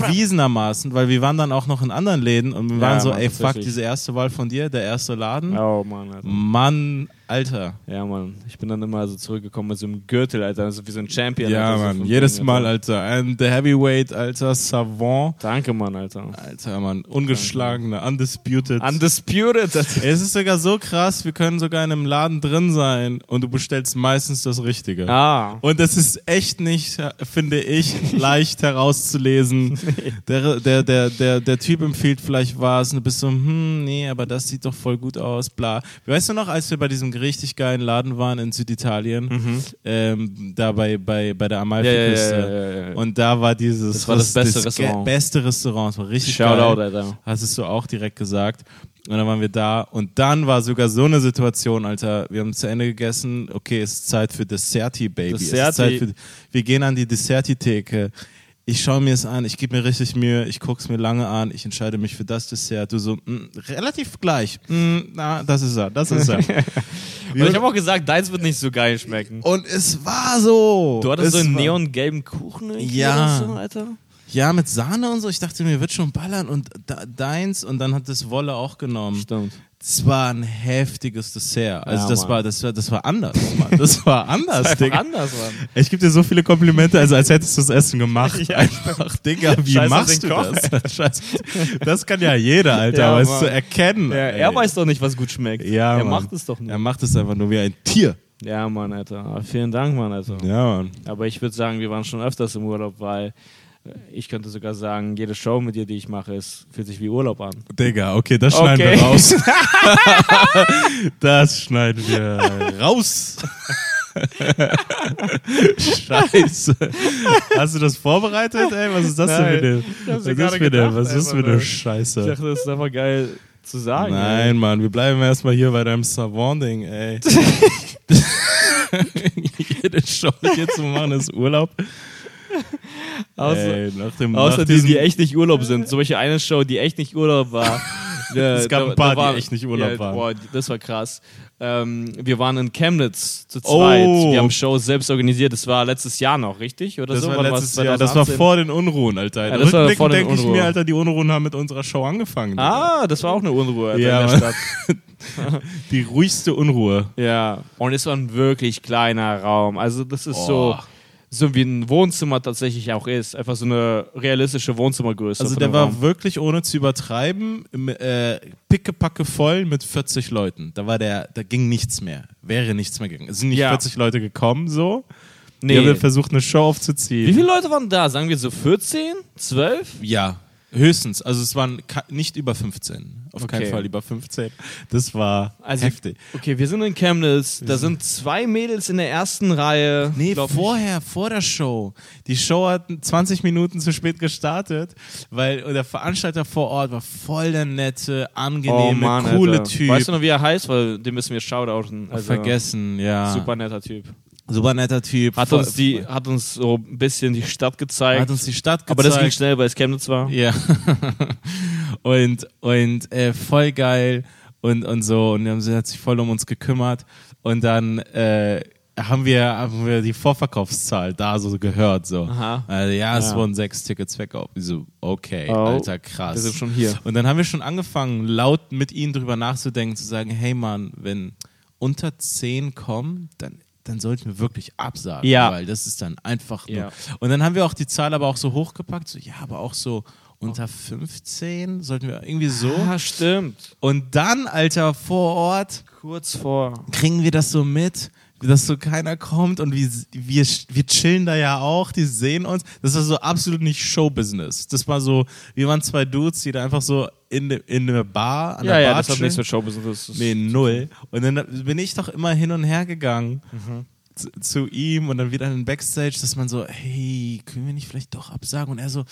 Bewiesenermaßen, weil wir waren dann auch noch in anderen Läden und wir Ja, waren so, Mann, ey, fuck, tatsächlich. diese erste Wahl von dir, der erste Laden. Oh Mann, Alter. Mann, Alter. Ja, Mann. Ich bin dann immer so zurückgekommen mit so einem Gürtel, Alter. Also wie so ein Champion. Ja, Alter, so Mann, vom jedes Ding, Mal, Alter. Alter. And the Heavyweight, Alter, Savant. Danke, Mann, Alter. Alter, Mann, ungeschlagene, undisputed. Undisputed. Das es ist sogar so krass, wir können sogar in einem Laden drin sein und du bestellst meistens das Richtige. ah. Und das ist echt nicht, finde ich, leicht herauszulesen. Der, der, der, der, der Typ empfiehlt vielleicht was und du bist so, hm, nee, aber das sieht doch voll gut aus, bla. Weißt du noch, als wir bei diesem richtig geilen Laden waren in Süditalien, Mhm. ähm, da bei, bei, bei der Amalfiküste. ja, Und Und da war dieses Das war das beste ge- Restaurant. beste Restaurant. Das war richtig geil. Shoutout, Alter. Hast es so auch direkt gesagt. Und dann waren wir da und dann war sogar so eine Situation, Alter. Wir haben zu Ende gegessen. Okay, es ist Zeit für Desserti, Baby. Es ist Desserti. Zeit für, wir gehen an die Desserti-Theke. Ich schaue mir es an, ich gebe mir richtig Mühe, ich gucke es mir lange an, ich entscheide mich für das Dessert. Du so, mm, relativ gleich. Mm, na, das ist er, das ist er. Wir- ich habe auch gesagt, deins wird nicht so geil schmecken. und es war so. Du hattest es so einen war- neongelben Kuchen irgendwie Ja. oder so, Alter. Ja, mit Sahne und so. Ich dachte, mir wird schon ballern und da, deins und dann hat das Wolle auch genommen. Stimmt. Das war ein heftiges Dessert. Also Ja, das, Mann. war, das war das war anders, Mann. Das war anders, Das Digga. anders, Mann. Ich gebe dir so viele Komplimente, also als hättest du das Essen gemacht. Einfach, Digga, wie Scheiß auf machst du den Koch. das? Scheiß. Das kann ja jeder, Alter, Ja, aber es Mann. zu erkennen. Er, ey. er weiß doch nicht, was gut schmeckt. ja, er Mann. macht es doch nur. Er macht es einfach nur wie ein Tier. Ja, Mann, Alter. Ah, Vielen Dank, Mann, Alter. Ja, Mann. Aber ich würde sagen, wir waren schon öfters im Urlaub, weil äh, ich könnte sogar sagen, jede Show mit dir, die ich mache, ist, fühlt sich wie Urlaub an. Digga, okay, das schneiden Okay. wir raus. das schneiden wir raus. Scheiße. Hast du das vorbereitet, ey? Was ist das Nein, denn ich hab's wieder? Was mir ist gerade wieder? gedacht, Was ist einfach wieder nur. Ich Scheiße? dachte, ah, das ist einfach geil zu sagen. Nein, Mann, wir bleiben erstmal hier bei deinem Savant-Ding, ey. Jede Show hier zu machen ist Urlaub. Außer, ey, nach dem, nach außer die, diesem, die echt nicht Urlaub sind. Zum Beispiel eine Show, die echt nicht Urlaub war. Ja, Es gab da- ein paar, da war- die echt nicht Urlaub ja, waren. Boah, das war krass. Ähm, wir waren in Chemnitz zu Oh. zweit. Wir haben Show selbst organisiert. Das war letztes Jahr noch, richtig? Oder Das so? war Wann letztes war's? Jahr, das war 2018? vor den Unruhen, Alter. Ja, das war vor Rückblickend den denke ich Unruhen. mir, Alter, die Unruhen haben mit unserer Show angefangen. Ah, das war auch eine Unruhe Alter, Ja, in der Mann. Stadt. Die ruhigste Unruhe. Ja, und es war ein wirklich kleiner Raum. Also das ist so, Boah. so wie ein Wohnzimmer tatsächlich auch ist. Einfach so eine realistische Wohnzimmergröße. Also von der dem Raum. war wirklich, ohne zu übertreiben, im, äh, pickepacke voll mit 40 Leuten. Da war der, da ging nichts mehr. Wäre nichts mehr gegangen. Es sind nicht Ja. 40 Leute gekommen so. Nee. Wir haben versucht, eine Show aufzuziehen. Wie viele Leute waren da? Sagen wir so 14, 12? Ja, höchstens. Also es waren ka- nicht über 15. Auf keinen Okay. Fall über 15. Das war Also, heftig. Okay, wir sind in Chemnitz. Da sind zwei Mädels in der ersten Reihe. Nee, glaub ich. vorher, vor der Show. Die Show hat 20 Minuten zu spät gestartet, weil der Veranstalter vor Ort war voll der nette, angenehme, Oh Mann, coole Alter. Typ. Oh, Weißt du noch, wie er heißt? Weil den müssen wir shoutouten. Also, Vergessen, ja. Super netter Typ. Super netter Typ. Hat Voll- uns, die, hat uns so ein bisschen die Stadt gezeigt. hat uns die Stadt gezeigt. aber das ging schnell, weil es Chemnitz war. Ja. und und äh, voll geil und, und so. Und dann hat sich voll um uns gekümmert. Und dann äh, haben, wir, haben wir die Vorverkaufszahl da so gehört. So. Aha. Also, ja, es Ja. wurden sechs Tickets verkauft. Ich So, okay, Oh, alter, krass. wir sind schon hier. Und dann haben wir schon angefangen, laut mit ihnen drüber nachzudenken, zu sagen, hey Mann, wenn unter zehn kommen, dann dann soll ich mir wirklich absagen, Ja. weil das ist dann einfach nur. Ja. Und dann haben wir auch die Zahl aber auch so hochgepackt, so, ja, aber auch so unter 15 sollten wir irgendwie so. Ah, stimmt. Und dann, Alter, vor Ort Kurz vor. kriegen wir das so mit, dass so keiner kommt und wir, wir, wir chillen da ja auch, die sehen uns. Das war so absolut nicht Showbusiness. Das war so, wir waren zwei Dudes, die da einfach so in, de, in der Bar, an Ja, der ja, Bar das hat chillen. nichts mit Showbusiness. Das ist- Nee, null. Und dann bin ich doch immer hin und her gegangen zu, zu ihm und dann wieder in den Backstage, dass man so, hey, können wir nicht vielleicht doch absagen? Und er so,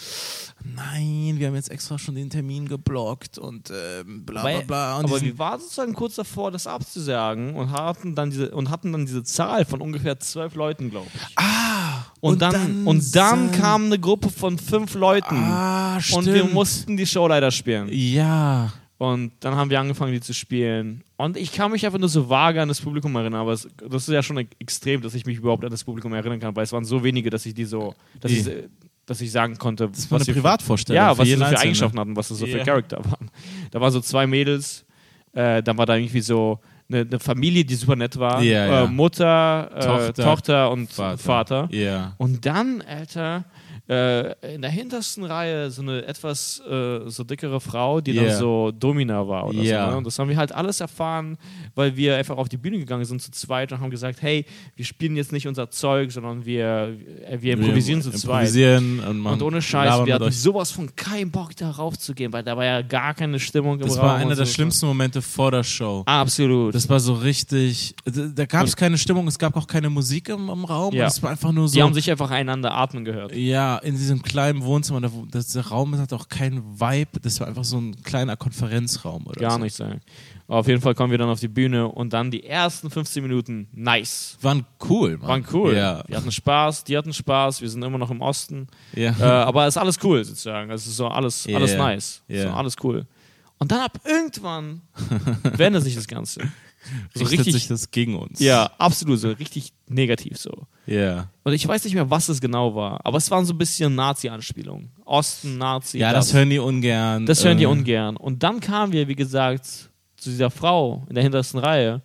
nein, wir haben jetzt extra schon den Termin geblockt und ähm, bla bla Weil- bla. Und aber diesen- wir waren sozusagen kurz davor, das abzusagen und hatten dann diese, und hatten dann diese Zahl von ungefähr zwölf Leuten, glaube ich. Ah! Und, und dann, dann und dann sind- kam eine Gruppe von fünf Leuten. ah, und stimmt. wir mussten die Show leider spielen. Ja. Und dann haben wir angefangen, die zu spielen. Und ich kann mich einfach nur so vage an das Publikum erinnern, aber es, das ist ja schon e- extrem, dass ich mich überhaupt an das Publikum erinnern kann, weil es waren so wenige, dass ich die so, dass, Die- ich, äh, dass ich sagen konnte, Das war eine sie für- Privatvorstellung. ja, für was sie jeden so für Einzelnen. Eigenschaften hatten, was das so ne? Ja. für Charakter waren. Da waren so zwei Mädels, äh, dann war da irgendwie so eine, eine Familie, die super nett war. Ja, äh, ja. Mutter, äh, Tochter, Tochter, und Vater. Ja. Und dann, Alter, äh, in der hintersten Reihe so eine etwas äh, so dickere Frau, die Yeah. dann so Domina war oder Yeah. so. Ne? Und das haben wir halt alles erfahren, weil wir einfach auf die Bühne gegangen sind zu zweit und haben gesagt, hey, wir spielen jetzt nicht unser Zeug, sondern wir, äh, wir improvisieren zu zweit. Improvisieren und, machen- Und ohne Scheiß, labern wir mit hatten euch. sowas von keinen Bock darauf zu gehen, weil da war ja gar keine Stimmung im Das Raum. war einer und der so. schlimmsten Momente vor der Show. Absolut. Das war so richtig. äh, Da, da gab es keine Stimmung, es gab auch keine Musik im, im Raum. Ja. Es war einfach nur so. die haben sich einfach einander atmen gehört. ja, in diesem kleinen Wohnzimmer. Der, das, der Raum hat auch keinen Vibe. Das war einfach so ein kleiner Konferenzraum oder Gar so. nicht sein. Auf jeden Fall kommen wir dann auf die Bühne und dann die ersten 15 Minuten, nice. Waren cool, Mann. Waren cool. Ja. Wir hatten Spaß, die hatten Spaß, wir sind immer noch im Osten. äh, ja. aber ist alles cool sozusagen. Es ist so alles, alles Yeah. nice. So Yeah. alles cool. Und dann ab irgendwann wendet sich das Ganze. So Richtet richtig, sich das gegen uns. ja, absolut so, richtig negativ so. Ja. Und ich weiß nicht mehr, was es genau war, aber es waren so ein bisschen Nazi-Anspielungen. Osten, Nazi. Ja, das hören die ungern. Das hören die Äh, ungern. Und dann kamen wir, wie gesagt, zu dieser Frau in der hintersten Reihe.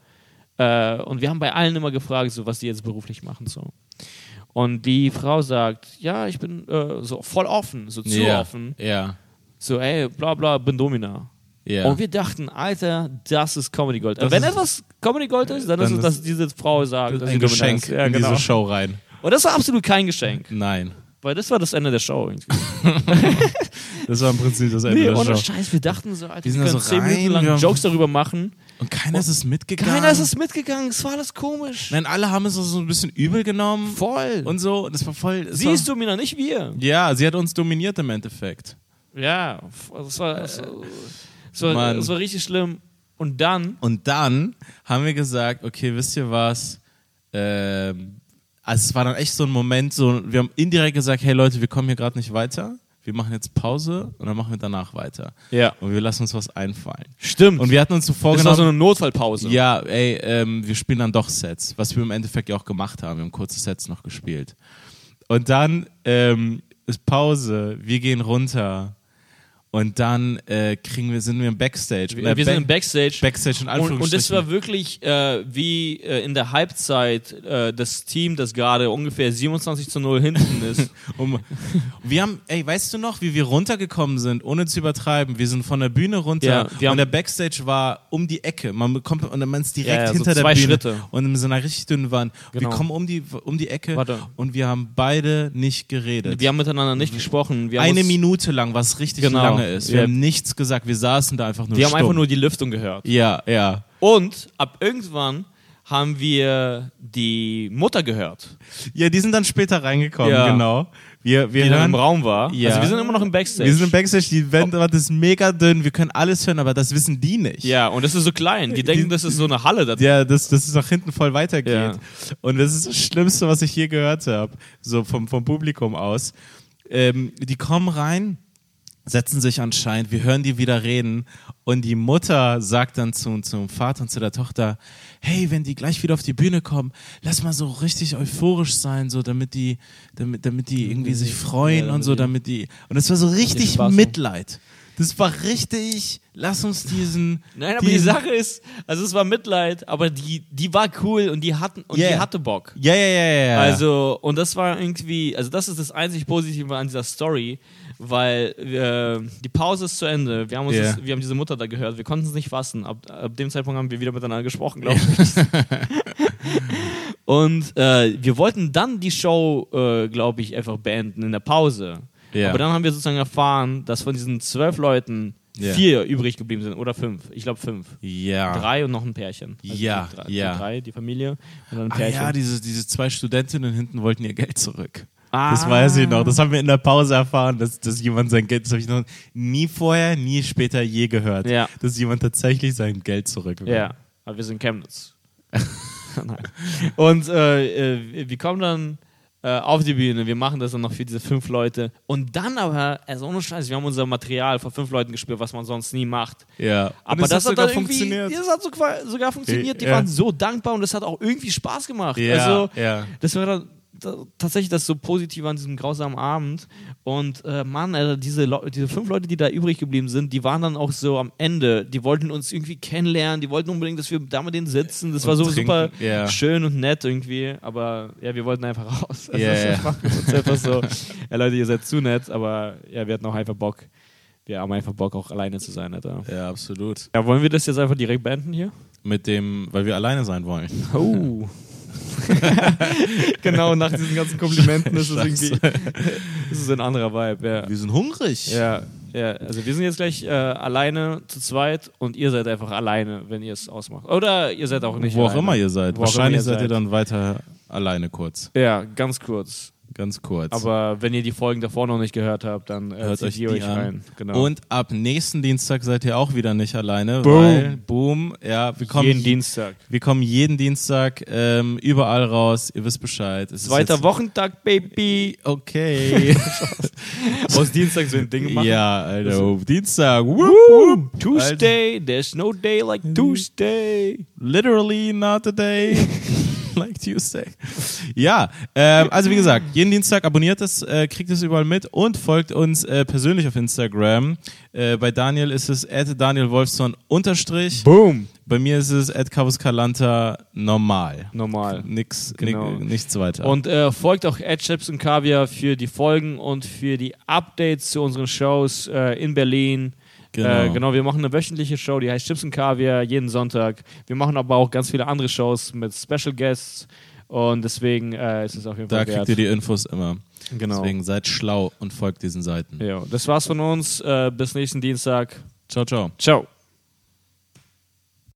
Äh, und wir haben bei allen immer gefragt, so, was die jetzt beruflich machen. So. Und die Frau sagt, ja, ich bin äh, so voll offen, so zu ja. offen. Ja. So, ey, bla bla, bin Domina. Ja. Und wir dachten, Alter, das ist Comedy Gold. Das Wenn ist- etwas Comedy Gold ist, dann, Dann ist es, dass diese Frau sagt, dass sie ein Domina Geschenk ist. Ja, in genau. diese Show rein. Und das war absolut kein Geschenk, Nein. weil das war das Ende der Show irgendwie. Das war im Prinzip das Ende Nee, der Show. ohne Scheiß, wir dachten so, Alter, Wir wir sind da können so zehn rein, Minuten wir lang haben- Jokes darüber machen. Und keiner ist es mitgegangen. Keiner ist es mitgegangen, es war alles komisch. Nein, alle haben es so ein bisschen übel genommen. Voll. und so. Das war voll. das sie war, ist Domina, nicht wir. Ja, sie hat uns dominiert im Endeffekt. Ja, es war, es war, es war, Mann. es war richtig schlimm. Und dann, Und dann haben wir gesagt, okay, wisst ihr was? Ähm, also es war dann echt so ein Moment, so wir haben indirekt gesagt, hey Leute, wir kommen hier gerade nicht weiter. Wir machen jetzt Pause und dann machen wir danach weiter. ja, Und wir lassen uns was einfallen. stimmt. Und Und wir hatten uns so das war so vorgenommen, eine Notfallpause. ja, ey, ähm, wir spielen dann doch Sets, was wir im Endeffekt ja auch gemacht haben. Wir haben kurze Sets noch gespielt. Und dann ähm, ist Pause, wir gehen runter und dann äh, kriegen wir, sind wir im Backstage. Äh, Wir, wir sind im Backstage. Backstage in und, Anführungsstrichen. und das war wirklich äh, wie äh, in der Halbzeit äh, das Team, das gerade ungefähr 27 zu 0 hinten ist. Um, wir haben, ey, weißt du noch, wie wir runtergekommen sind, ohne zu übertreiben? Wir sind von der Bühne runter Ja, wir und haben- der Backstage war um die Ecke. Man kommt und man ist direkt Ja, ja, so hinter der zwei Bühne Schritte. und in so einer richtig dünnen Wand. Genau. Wir kommen um die, um die Ecke Warte. und wir haben beide nicht geredet. wir haben miteinander nicht gesprochen. Wir haben Eine uns, Minute lang, was richtig Genau. lange ist. Wir Ja. haben nichts gesagt. Wir saßen da einfach nur Wir haben stumm. einfach nur die Lüftung gehört. ja, ja. Und ab irgendwann haben wir die Mutter gehört. Ja, die sind dann später reingekommen, Ja. genau. Wir, wir die dann hören, im Raum war. Ja. Also wir sind immer noch im Backstage. Oh. wir sind im Backstage, die Wand ist mega dünn, wir können alles hören, aber das wissen die nicht. ja, und das ist so klein. Die denken, das ist so eine Halle. Da Ja, dass, dass es nach hinten voll weitergeht. Ja. Und das ist das Schlimmste, was ich je gehört habe, so vom, vom Publikum aus. Ähm, die kommen rein, setzen sich anscheinend, wir hören die wieder reden und die Mutter sagt dann zu, zum Vater und zu der Tochter, hey, wenn die gleich wieder auf die Bühne kommen, lass mal so richtig euphorisch sein, so damit die, damit, damit die irgendwie sich freuen Ja, und so, damit die... Und es war so richtig Spaß haben. Mitleid. Das war richtig. Lass uns diesen. Nein, aber die, diesen- Sache ist, also es war Mitleid, aber die, die war cool und die hatten und die Yeah. hatte Bock. Ja, ja, ja, ja. ja. Also, und das war irgendwie, also das ist das einzig Positive an dieser Story, weil äh, die Pause ist zu Ende. Wir haben, uns Ja. das, wir haben diese Mutter da gehört, wir konnten es nicht fassen. Ab, ab dem Zeitpunkt haben wir wieder miteinander gesprochen, glaube ich. und äh, wir wollten dann die Show, äh, glaube ich, einfach beenden in der Pause. Ja. Aber dann haben wir sozusagen erfahren, dass von diesen zwölf Leuten Ja. vier übrig geblieben sind oder fünf. Ich glaube fünf. ja. Drei und noch ein Pärchen. Also Ja, die drei, ja. Die drei, die Familie und dann ein Ah Pärchen. ja, diese, diese zwei Studentinnen hinten wollten ihr Geld zurück. Ah. Das weiß ich noch. Das haben wir in der Pause erfahren, dass, dass jemand sein Geld, das habe ich noch nie vorher, nie später je gehört, Ja. dass jemand tatsächlich sein Geld zurück. Ja, aber wir sind Chemnitz. Nein. und äh, äh, wir kommen dann äh, auf die Bühne, wir machen das dann noch für diese fünf Leute. Und dann aber, also ohne Scheiß, wir haben unser Material vor fünf Leuten gespielt, was man sonst nie macht. ja. Und Aber es das, hat sogar dann irgendwie- Das hat sogar, sogar funktioniert. Die Ja. waren so dankbar und das hat auch irgendwie Spaß gemacht. Ja, also, ja. das war dann da, tatsächlich das so Positive an diesem grausamen Abend. Und äh, Mann, Alter, diese, Leu- diese fünf Leute, die da übrig geblieben sind, die waren dann auch so am Ende. Die wollten uns irgendwie kennenlernen. Die wollten unbedingt, dass wir da mit denen sitzen. Das Und war so trinken, super ja. schön und nett irgendwie. Aber ja, wir wollten einfach raus. Also, Ja, das ja. war für uns einfach so, ja, Leute, ihr seid zu nett. Aber ja, wir hatten auch einfach Bock. Wir haben einfach Bock, auch alleine zu sein, Alter. Ja, absolut. Ja, wollen wir das jetzt einfach direkt beenden hier? Mit dem, weil wir alleine sein wollen. Oh. genau, nach diesen ganzen Komplimenten ist es Scheiße. irgendwie ist es ein anderer Vibe, Wir sind hungrig. ja. Ja, ja. Also wir sind jetzt gleich äh, alleine zu zweit und ihr seid einfach alleine, wenn ihr es ausmacht. Oder ihr seid auch nicht Wo auch alleine. immer ihr seid. Wo auch Wahrscheinlich immer seid ihr dann weiter alleine kurz. Ja, ganz kurz. Ganz kurz. Aber wenn ihr die Folgen davor noch nicht gehört habt, dann äh, Hört zieht euch ihr die euch an. rein. Genau. Und ab nächsten Dienstag seid ihr auch wieder nicht alleine, Boom. weil Boom, ja, wir kommen jeden Dienstag. Wir kommen jeden Dienstag ähm, überall raus. Ihr wisst Bescheid. Es ist Zweiter jetzt- Wochentag, Baby. Okay. Aus Dienstag so ein Ding machen. ja, also Dienstag. Whoop, Woo! whoop. Tuesday, there's no day like Tuesday. Also, literally not a day. like Tuesday. Ja, ähm, also wie gesagt, jeden Dienstag abonniert es, äh, kriegt es überall mit und folgt uns äh, persönlich auf Instagram. Äh, bei Daniel ist es at Daniel Wolfson unterstrich. Boom. Bei mir ist es at Cavuscalanta normal. Normal. Nix, Genau. nix, nichts weiter. Und äh, folgt auch Chips und Kaviar für die Folgen und für die Updates zu unseren Shows äh, in Berlin. Genau. Äh, genau, wir machen eine wöchentliche Show, die heißt Chips und Kaviar, jeden Sonntag. Wir machen aber auch ganz viele andere Shows mit Special Guests und deswegen äh, ist es auf jeden da Fall kriegt wert. ihr die Infos immer. genau. Deswegen seid schlau und folgt diesen Seiten. Ja, das war's von uns. Äh, bis nächsten Dienstag. Ciao, ciao. Ciao.